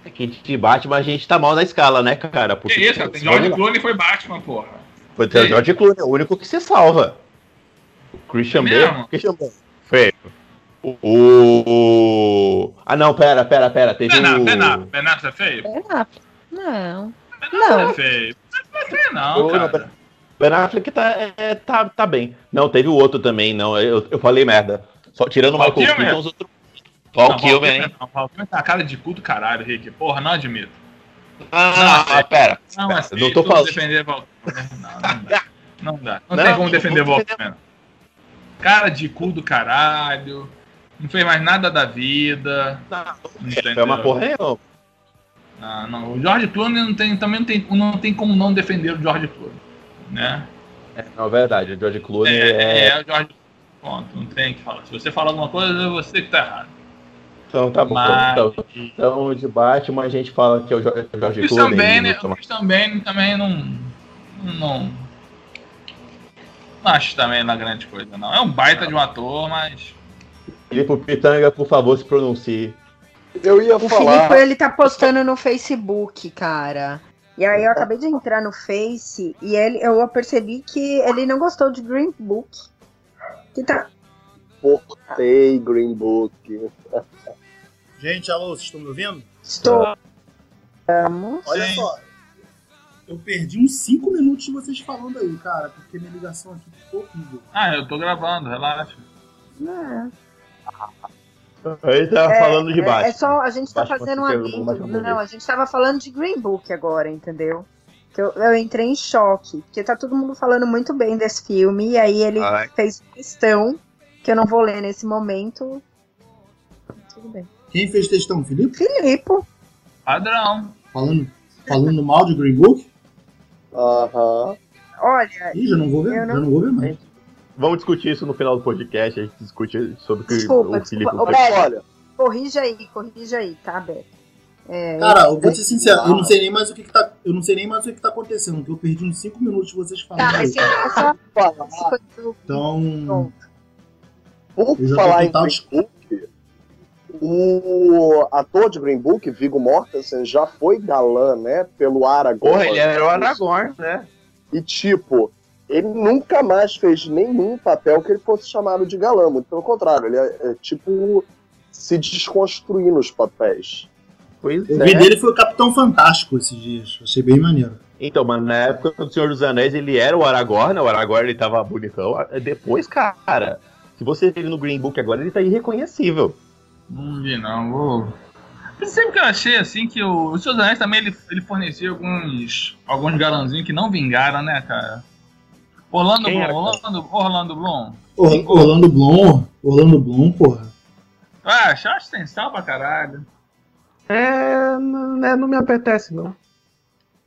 Speaker 3: A gente bate, mas a gente tá mal na escala, né, cara?
Speaker 6: Que isso, cara? Tem George Clooney foi Batman, porra.
Speaker 3: Foi ter o George Clooney, é o único que se salva. Christian
Speaker 6: É
Speaker 3: Bale.
Speaker 6: mesmo?
Speaker 3: Christian Bale. Feio. O- O. Ah, não, pera, pera, pera. Teve
Speaker 6: Ben Affleck,
Speaker 3: o.
Speaker 6: Ben Affleck, Ben Affleck é feio?
Speaker 5: é lá. Não.
Speaker 6: Ben Affleck é
Speaker 5: Não.
Speaker 6: feio. Não é feio,
Speaker 3: o-
Speaker 6: não, cara.
Speaker 3: Ben Affleck tá, é, tá, tá bem. Não, teve o outro também, não. Eu, eu falei merda. Só tirando o
Speaker 6: Val
Speaker 3: Michael
Speaker 6: Kilmer?
Speaker 3: Keaton, os outros. Paul Kilmer, hein?
Speaker 6: Não, Val Kilmer tem uma cara de culto caralho, Rick. Porra, não admito.
Speaker 3: Ah,
Speaker 6: Não, é-
Speaker 3: pera.
Speaker 6: Não,
Speaker 3: Pera,
Speaker 6: aceito,
Speaker 3: não tô falando-
Speaker 6: defender Val Kilmer. Não, não dá. Não dá. Não,
Speaker 3: Não,
Speaker 6: tem como
Speaker 3: não
Speaker 6: defender
Speaker 3: vou
Speaker 6: Val Kilmer. Cara de cu do caralho. Não fez mais nada da vida.
Speaker 3: É, Foi uma porra nenhuma.
Speaker 6: Ah, não. O George Clooney não tem, também não tem, não tem como não defender o George Clooney. Né?
Speaker 3: É, não, é verdade. O George Clooney é.
Speaker 6: É, é o George Ponto, não tem o que falar. Se você falar alguma coisa, é você que tá errado.
Speaker 3: Então tá bom.
Speaker 6: Mas-
Speaker 3: Então, então, de Batman a gente fala que é o Jorge
Speaker 6: O
Speaker 3: George
Speaker 6: Christian
Speaker 3: Clooney.
Speaker 6: Bane, o
Speaker 3: Toma-
Speaker 6: Christian Bane né? também não, não. Não acho também na grande coisa, não. É um baita de um ator, mas.
Speaker 3: Filipe Pitanga, por favor, se pronuncie.
Speaker 4: Eu ia
Speaker 5: O
Speaker 4: falar.
Speaker 5: Filipe, ele tá postando no Facebook, cara. E aí eu acabei de entrar no Face e ele, eu percebi que ele não gostou de Green Book. Que tá.
Speaker 4: Sei, Green Book.
Speaker 2: Gente, alô, vocês estão me ouvindo?
Speaker 5: Estou.
Speaker 2: Olha
Speaker 6: Sim.
Speaker 2: só, Eu perdi uns 5 minutos de vocês falando aí, cara, porque minha ligação aqui ficou horrível.
Speaker 6: Ah, eu tô gravando, relaxa.
Speaker 3: Aí tava tá falando de baixo.
Speaker 5: É só, a gente tá
Speaker 3: Baixo
Speaker 5: fazendo um
Speaker 3: quanto que eu vou
Speaker 5: adendo.
Speaker 3: mais pra poder.
Speaker 5: Não, a gente tava falando de Green Book agora, entendeu? Que eu, eu entrei em choque, porque tá todo mundo falando muito bem desse filme, e aí ele
Speaker 1: Ai.
Speaker 3: Ah.
Speaker 5: fez questão, que eu não vou ler nesse momento. Tudo bem.
Speaker 2: Quem fez textão, Felipe?
Speaker 5: Filipe,
Speaker 6: Padrão.
Speaker 2: Falando, falando mal de Green Book?
Speaker 4: Aham.
Speaker 5: olha,
Speaker 2: Ih, já não vou ver,
Speaker 5: É. Eu
Speaker 2: já
Speaker 5: não-
Speaker 2: não vou ver mais.
Speaker 3: Vamos discutir isso no final do podcast. A gente discute sobre o que
Speaker 5: Desculpa,
Speaker 3: o Felipe.
Speaker 5: desculpa. Ô,
Speaker 4: Mas,
Speaker 5: Beto,
Speaker 4: É, olha,
Speaker 5: corrija aí, corrija aí, tá, Beto? É.
Speaker 2: Cara, eu vou ser sincero, eu não sei nem mais o que, que tá. Eu não sei nem mais o que, que tá acontecendo, porque eu perdi uns 5 minutos de vocês falando.
Speaker 5: Tá, mas
Speaker 2: aí.
Speaker 5: se é só
Speaker 4: fala-
Speaker 5: essa coisa do
Speaker 2: Então.
Speaker 5: Pronto.
Speaker 4: por
Speaker 2: Eu já tô
Speaker 4: falar em
Speaker 2: total
Speaker 4: Green Book, o ator de Green Book, Viggo Mortensen, já foi galã, né? Pelo Aragorn.
Speaker 3: Porra, ele era o Aragorn, né?
Speaker 4: E tipo, ele nunca mais fez nenhum papel que ele fosse chamado de galã. Muito pelo contrário, ele é, é, tipo se desconstruir nos papéis.
Speaker 3: Pois
Speaker 2: O
Speaker 3: é.
Speaker 2: vídeo dele foi o Capitão Fantástico esses dias. Achei bem maneiro.
Speaker 3: Então, mas na época do Senhor dos Anéis ele era o Aragorn, né? o Aragorn ele tava bonitão. É Depois, cara, se você vê ele no Green Book agora, ele tá irreconhecível.
Speaker 6: Não vi não, vou. Mas Sempre que eu achei assim que o, o Seus Anéis também ele, ele fornecia alguns, alguns galãozinhos que não vingaram, né, cara? Orlando
Speaker 3: Quem
Speaker 6: Bloom,
Speaker 3: era, cara?
Speaker 6: Orlando, Orlando Bloom.
Speaker 2: Or- Orlando Bloom, Orlando Bloom, porra.
Speaker 6: Ah, achei extensão pra caralho.
Speaker 3: É, não, me apetece, não.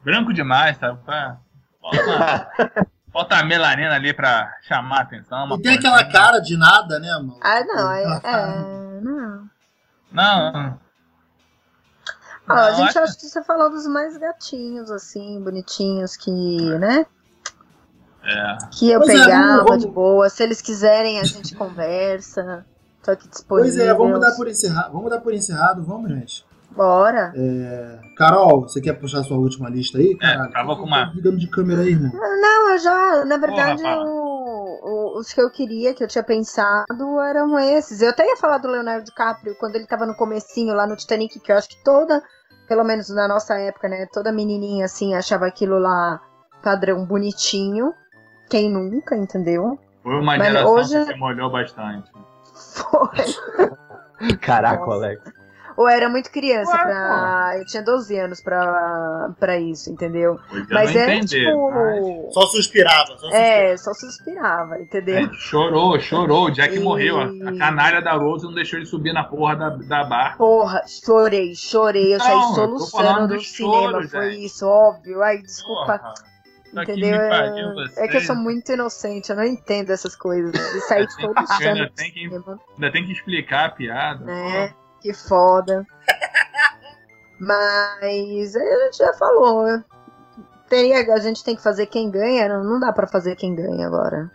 Speaker 6: Branco demais, sabe? qual é? Falta, falta a melanina ali pra chamar a atenção. uma
Speaker 2: E tem
Speaker 6: coisa
Speaker 2: aquela
Speaker 6: assim.
Speaker 2: cara de nada, né, mano?
Speaker 5: Ah, não, é.
Speaker 2: Aquela cara-
Speaker 5: é, não.
Speaker 6: Não. não.
Speaker 5: Ó, a
Speaker 6: Não,
Speaker 5: gente
Speaker 6: acho-
Speaker 5: acha que você falou dos mais gatinhos, assim, bonitinhos, que, né?
Speaker 6: É.
Speaker 5: que eu
Speaker 2: Pois é,
Speaker 5: pegava
Speaker 2: vamos-
Speaker 5: de boa. Se eles quiserem, a gente conversa. Tô aqui disponível.
Speaker 2: Pois é, vamos dar por encerrado. Vamos dar por encerrado, vamos, gente.
Speaker 5: Bora.
Speaker 2: Carol, você quer puxar sua última lista aí? Caralho, Por
Speaker 6: tava
Speaker 2: que
Speaker 6: É, com uma-
Speaker 2: tá Ligando de câmera aí, irmão.
Speaker 5: Não, eu já, na verdade,
Speaker 6: Fala, fala.
Speaker 5: o- o- os que eu queria, que eu tinha pensado, eram esses. Eu até ia falar do Leonardo DiCaprio quando ele tava no comecinho lá no Titanic, que eu acho que toda, pelo menos na nossa época, né, toda menininha assim achava aquilo lá padrão bonitinho. Quem nunca, entendeu?
Speaker 6: Foi uma
Speaker 5: Mas
Speaker 6: geração
Speaker 5: hoje- é-
Speaker 6: que se molhou bastante.
Speaker 5: Foi.
Speaker 3: Caraca,
Speaker 5: Nossa.
Speaker 3: Alex.
Speaker 5: Ou era muito criança
Speaker 6: Ué,
Speaker 5: pra. Eu tinha 12 anos pra, pra isso, entendeu?
Speaker 6: Hoje eu
Speaker 5: Mas
Speaker 6: não
Speaker 5: era
Speaker 6: entender. mas-
Speaker 5: tipo.
Speaker 2: Só suspirava, só suspirava.
Speaker 5: É, só suspirava,
Speaker 6: É,
Speaker 5: entendeu?
Speaker 6: chorou, chorou. O Jack
Speaker 5: E-
Speaker 6: morreu. A a canalha da Rose não deixou ele subir na porra da, da barca.
Speaker 5: Porra, chorei, chorei. Eu
Speaker 6: Não, eu
Speaker 5: saí
Speaker 6: tô
Speaker 5: soluçando
Speaker 6: falando
Speaker 5: do
Speaker 6: do choro,
Speaker 5: cinema. Foi
Speaker 6: gente.
Speaker 5: isso, óbvio. Ai, desculpa.
Speaker 6: Porra, tá aqui
Speaker 5: entendeu?
Speaker 6: me pariu
Speaker 5: É, é que eu
Speaker 6: vocês.
Speaker 5: sou muito inocente, eu não entendo essas coisas. E saí
Speaker 6: Ainda
Speaker 5: todo chorando do
Speaker 6: É tem que-
Speaker 5: cinema,
Speaker 6: Ainda tem que explicar a piada.
Speaker 5: né? Que foda. Mas é, a gente já falou. né? Teria, a gente tem que fazer quem ganha, não, não dá pra fazer quem ganha agora.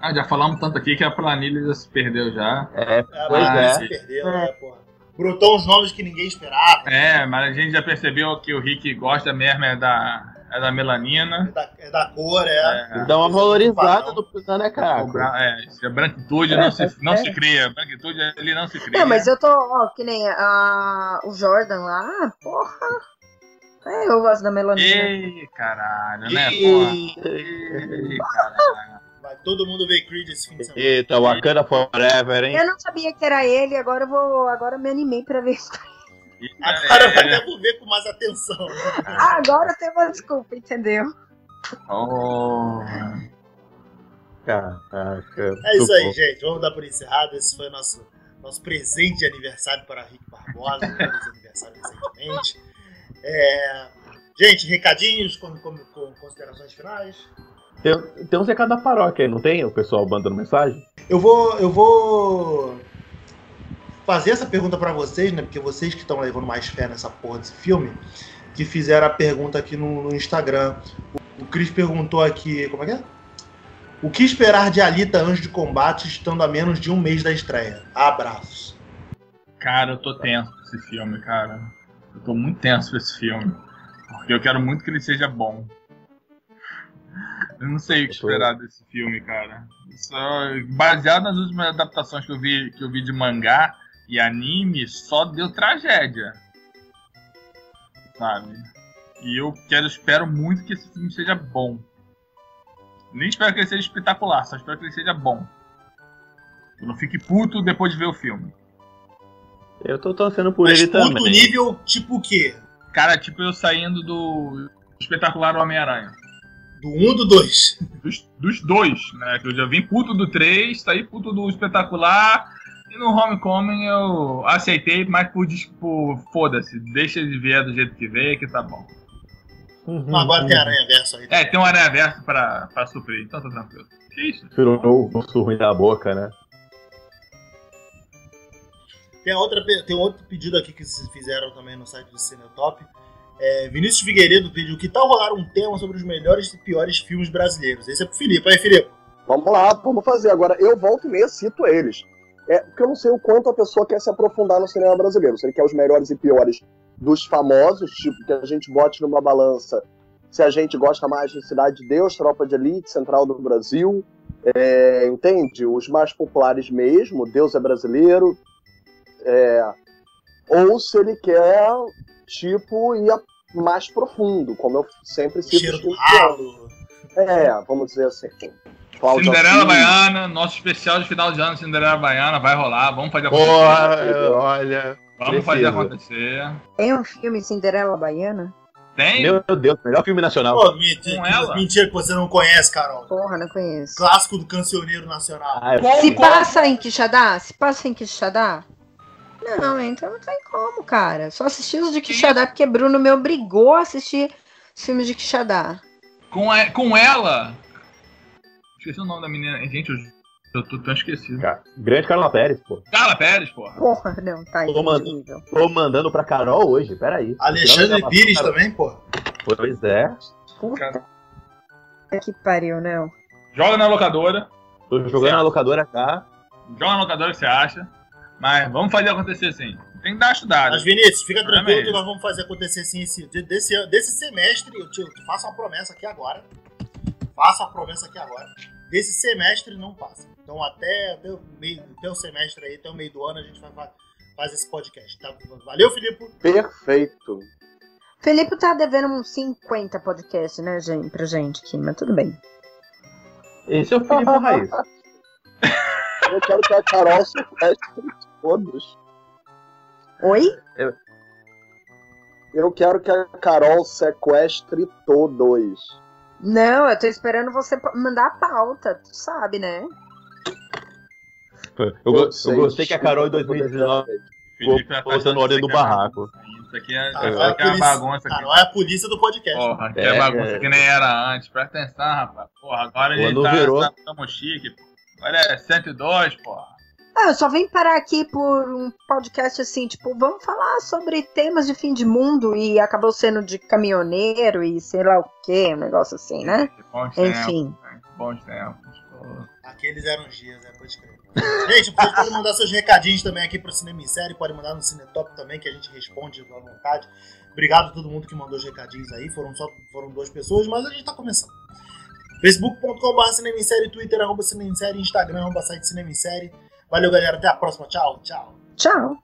Speaker 6: Ah, já falamos tanto aqui que a planilha já se perdeu já.
Speaker 3: É,
Speaker 2: É,
Speaker 3: pois
Speaker 2: mas
Speaker 3: é.
Speaker 2: se perdeu, né, porra. Brotou uns nomes que ninguém esperava.
Speaker 6: É, mas a gente já percebeu que o Rick gosta mesmo é da, é da melanina.
Speaker 2: É da, é da cor, é.
Speaker 6: É,
Speaker 3: Dá uma valorizada no pisar, né,
Speaker 6: o
Speaker 3: cara?
Speaker 6: bra- é, isso é branquitude não, se, não se cria. Branquitude ele não se cria.
Speaker 5: Não, mas é eu tô, ó, que nem a, o Jordan lá, ah, porra. É, eu gosto da melanina.
Speaker 6: Ei, caralho, né? Porra. Ei,
Speaker 3: Eita,
Speaker 6: caralho.
Speaker 2: Vai todo mundo ver Creed esse fim de semana.
Speaker 3: Eita, Wakanda Forever, hein?
Speaker 5: Eu não sabia que era ele, agora eu vou. Agora eu me animei pra ver.
Speaker 2: Agora vai
Speaker 6: É,
Speaker 2: devolver com mais atenção.
Speaker 5: Ah, agora eu tenho uma desculpa, entendeu?
Speaker 6: oh.
Speaker 3: Caraca.
Speaker 2: É isso aí,
Speaker 3: muito
Speaker 2: gente. Vamos dar por encerrado. Esse foi nosso, nosso presente de aniversário para Rick Barbosa, que fez aniversário recentemente. É, Gente, recadinhos com, com- com considerações finais.
Speaker 3: bom. Tem, tem uns recados da paróquia aí, não tem? O pessoal mandando mensagem?
Speaker 2: Eu vou, eu vou fazer essa pergunta pra vocês, né? Porque vocês que estão levando mais fé nessa porra desse filme, que fizeram a pergunta aqui no, no Instagram. O, o Cris perguntou aqui, como é que é? O que esperar de Alita Anjo de Combate estando a menos de um mês da estreia? Abraços.
Speaker 6: Cara, eu tô tenso pra esse filme, cara. Eu tô muito tenso pra esse filme. Porque eu quero muito que ele seja bom. Eu não sei o que
Speaker 3: Eu tô-
Speaker 6: esperar desse filme, cara. Só- baseado nas últimas adaptações que eu vi, que eu vi de mangá e anime, só deu tragédia. Sabe? E eu quero, espero muito que esse filme seja bom. Nem espero que ele seja espetacular, só espero que ele seja bom. Eu não fique puto depois de ver o filme.
Speaker 3: Eu tô torcendo por
Speaker 2: Mas
Speaker 3: ele
Speaker 2: puto
Speaker 3: também.
Speaker 2: nível, tipo o quê?
Speaker 6: Cara, tipo eu saindo do espetacular Homem-Aranha.
Speaker 2: Do 1 um, do 2?
Speaker 6: Dos, dos dois, né? Que eu já vim puto do 3, saí puto do espetacular. E no Homecoming eu aceitei, mas por, dis- por foda-se, deixa ele ver do jeito que veio, que tá bom.
Speaker 3: Uhum,
Speaker 2: Não, agora tem Aranha Verso aí.
Speaker 6: É, tem um aranha verso pra, pra suprir, então tá tranquilo. Que isso?
Speaker 3: Tirou um surro da boca, né?
Speaker 2: Tem, outra, pe- tem um outro pedido aqui que vocês fizeram também no site do Cinetop. É, Vinícius Figueiredo pediu que tal rolar um tema sobre os melhores e piores filmes brasileiros. Esse é pro Felipe. Aí, Felipe.
Speaker 4: Vamos lá, vamos fazer. Agora, eu volto e meia cito eles. É, porque eu não sei o quanto a pessoa quer se aprofundar no cinema brasileiro. Se ele quer os melhores e piores dos famosos, tipo, que a gente bote numa balança se a gente gosta mais de Cidade de Deus, Tropa de Elite, Central do Brasil, é, entende? Os mais populares mesmo, Deus é Brasileiro. é, ou se ele quer, tipo, ir a- mais profundo, como eu sempre cito.
Speaker 2: Cheiro
Speaker 4: os
Speaker 2: do
Speaker 4: filmes que eu-
Speaker 2: ralo.
Speaker 4: É, vamos dizer assim. Cláudio
Speaker 6: Cinderela
Speaker 4: Assis.
Speaker 6: Baiana, nosso especial de final de ano Cinderela Baiana, vai rolar, vamos
Speaker 2: Tá
Speaker 6: fazer acontecer.
Speaker 3: Porra, eu- olha.
Speaker 6: Vamos fazer
Speaker 3: precisa.
Speaker 6: acontecer.
Speaker 5: Tem um filme Cinderela Baiana?
Speaker 6: Tem?
Speaker 3: Meu Deus, melhor filme nacional.
Speaker 2: Pô, mentira,
Speaker 6: Com
Speaker 2: que-
Speaker 6: ela?
Speaker 2: mentira que você não conhece, Carol.
Speaker 5: Porra, não conheço.
Speaker 2: Clássico do cancioneiro nacional.
Speaker 3: Ah, é
Speaker 5: Se
Speaker 3: filme.
Speaker 5: passa em Quixadá? Se passa em Quixadá? Não, então não tem como, cara. Só assisti os de Quixadá porque Bruno me obrigou a assistir os filmes de Quixadá.
Speaker 6: Com, a- com ela. Esqueci o nome da menina. Gente, eu, eu tô tão esquecido.
Speaker 3: Cara, Grande Carla Pérez, pô.
Speaker 6: Carla Pérez, porra.
Speaker 5: Porra, não, tá
Speaker 3: Ô, mano.
Speaker 5: incrível.
Speaker 3: Tô mandando pra Carol hoje, peraí.
Speaker 2: Alexandre
Speaker 3: Grava-
Speaker 2: Pires também, pô.
Speaker 3: Pois é.
Speaker 5: Puta que pariu, não.
Speaker 6: Joga na locadora.
Speaker 3: Tô jogando na locadora cá.
Speaker 6: Joga na locadora o que você acha. Mas vamos fazer acontecer sim. Tem que dar uma estudada.
Speaker 2: Mas, Vinícius, fica
Speaker 6: Não é
Speaker 2: tranquilo que
Speaker 6: mesmo.
Speaker 2: nós vamos fazer acontecer sim esse, de- desse, ano- desse semestre. Eu te, eu te faço uma promessa aqui agora. Faço a promessa aqui agora. Desse semestre não passa. Então, até, até, o, meio, até o semestre aí, até o meio do ano, a gente vai fa- fazer esse podcast. tá? Valeu, Filipe.
Speaker 4: Perfeito.
Speaker 5: Felipe tá devendo uns 50 podcasts, né, gente, pra gente aqui, mas tudo bem.
Speaker 3: Esse é o Felipe Raiz.
Speaker 4: Eu quero que a Carol se preste com todos.
Speaker 5: Oi?
Speaker 4: Eu quero que a Carol sequestre todos.
Speaker 5: Não, eu tô esperando você pa- mandar a pauta, tu sabe, né?
Speaker 3: Eu, go- eu gostei que a Carol em 2019
Speaker 6: Felipe vai
Speaker 3: Tô botando
Speaker 6: fazer
Speaker 3: ordem do
Speaker 6: isso aqui, cara.
Speaker 3: barraco.
Speaker 6: Isso aqui é,
Speaker 2: Carol
Speaker 6: isso
Speaker 2: é a
Speaker 6: aqui é uma
Speaker 2: polícia.
Speaker 6: bagunça. Aqui.
Speaker 2: Carol é a polícia do podcast.
Speaker 6: Porra, que
Speaker 3: É,
Speaker 6: é bagunça
Speaker 3: é.
Speaker 6: que nem era antes. Presta atenção, rapaz. Porra, agora ele
Speaker 3: Quando
Speaker 6: tá,
Speaker 3: virou.
Speaker 6: tá, tamo chique. pô. Agora é 102, porra.
Speaker 5: Ah, eu só vim parar aqui por um podcast assim, tipo, vamos falar sobre temas de fim de mundo e acabou sendo de caminhoneiro e sei lá o que, um negócio assim, né?
Speaker 6: Bons tempos,
Speaker 5: Enfim.
Speaker 6: né? bons tempos. pô.
Speaker 2: Aqueles eram os dias, né? Pode crer. Gente, vocês podem mandar seus recadinhos também aqui pro Cinema em Série, pode mandar no Cinetop também, que a gente responde à vontade. Obrigado a todo mundo que mandou os recadinhos aí, foram só foram duas pessoas, mas a gente tá começando. facebook.com.br Cinema em Série, Twitter, arroba Cinema em Série, Instagram, arroba site Cinema em Série. Valeu, galera, até a próxima, tchau, tchau.
Speaker 5: Tchau.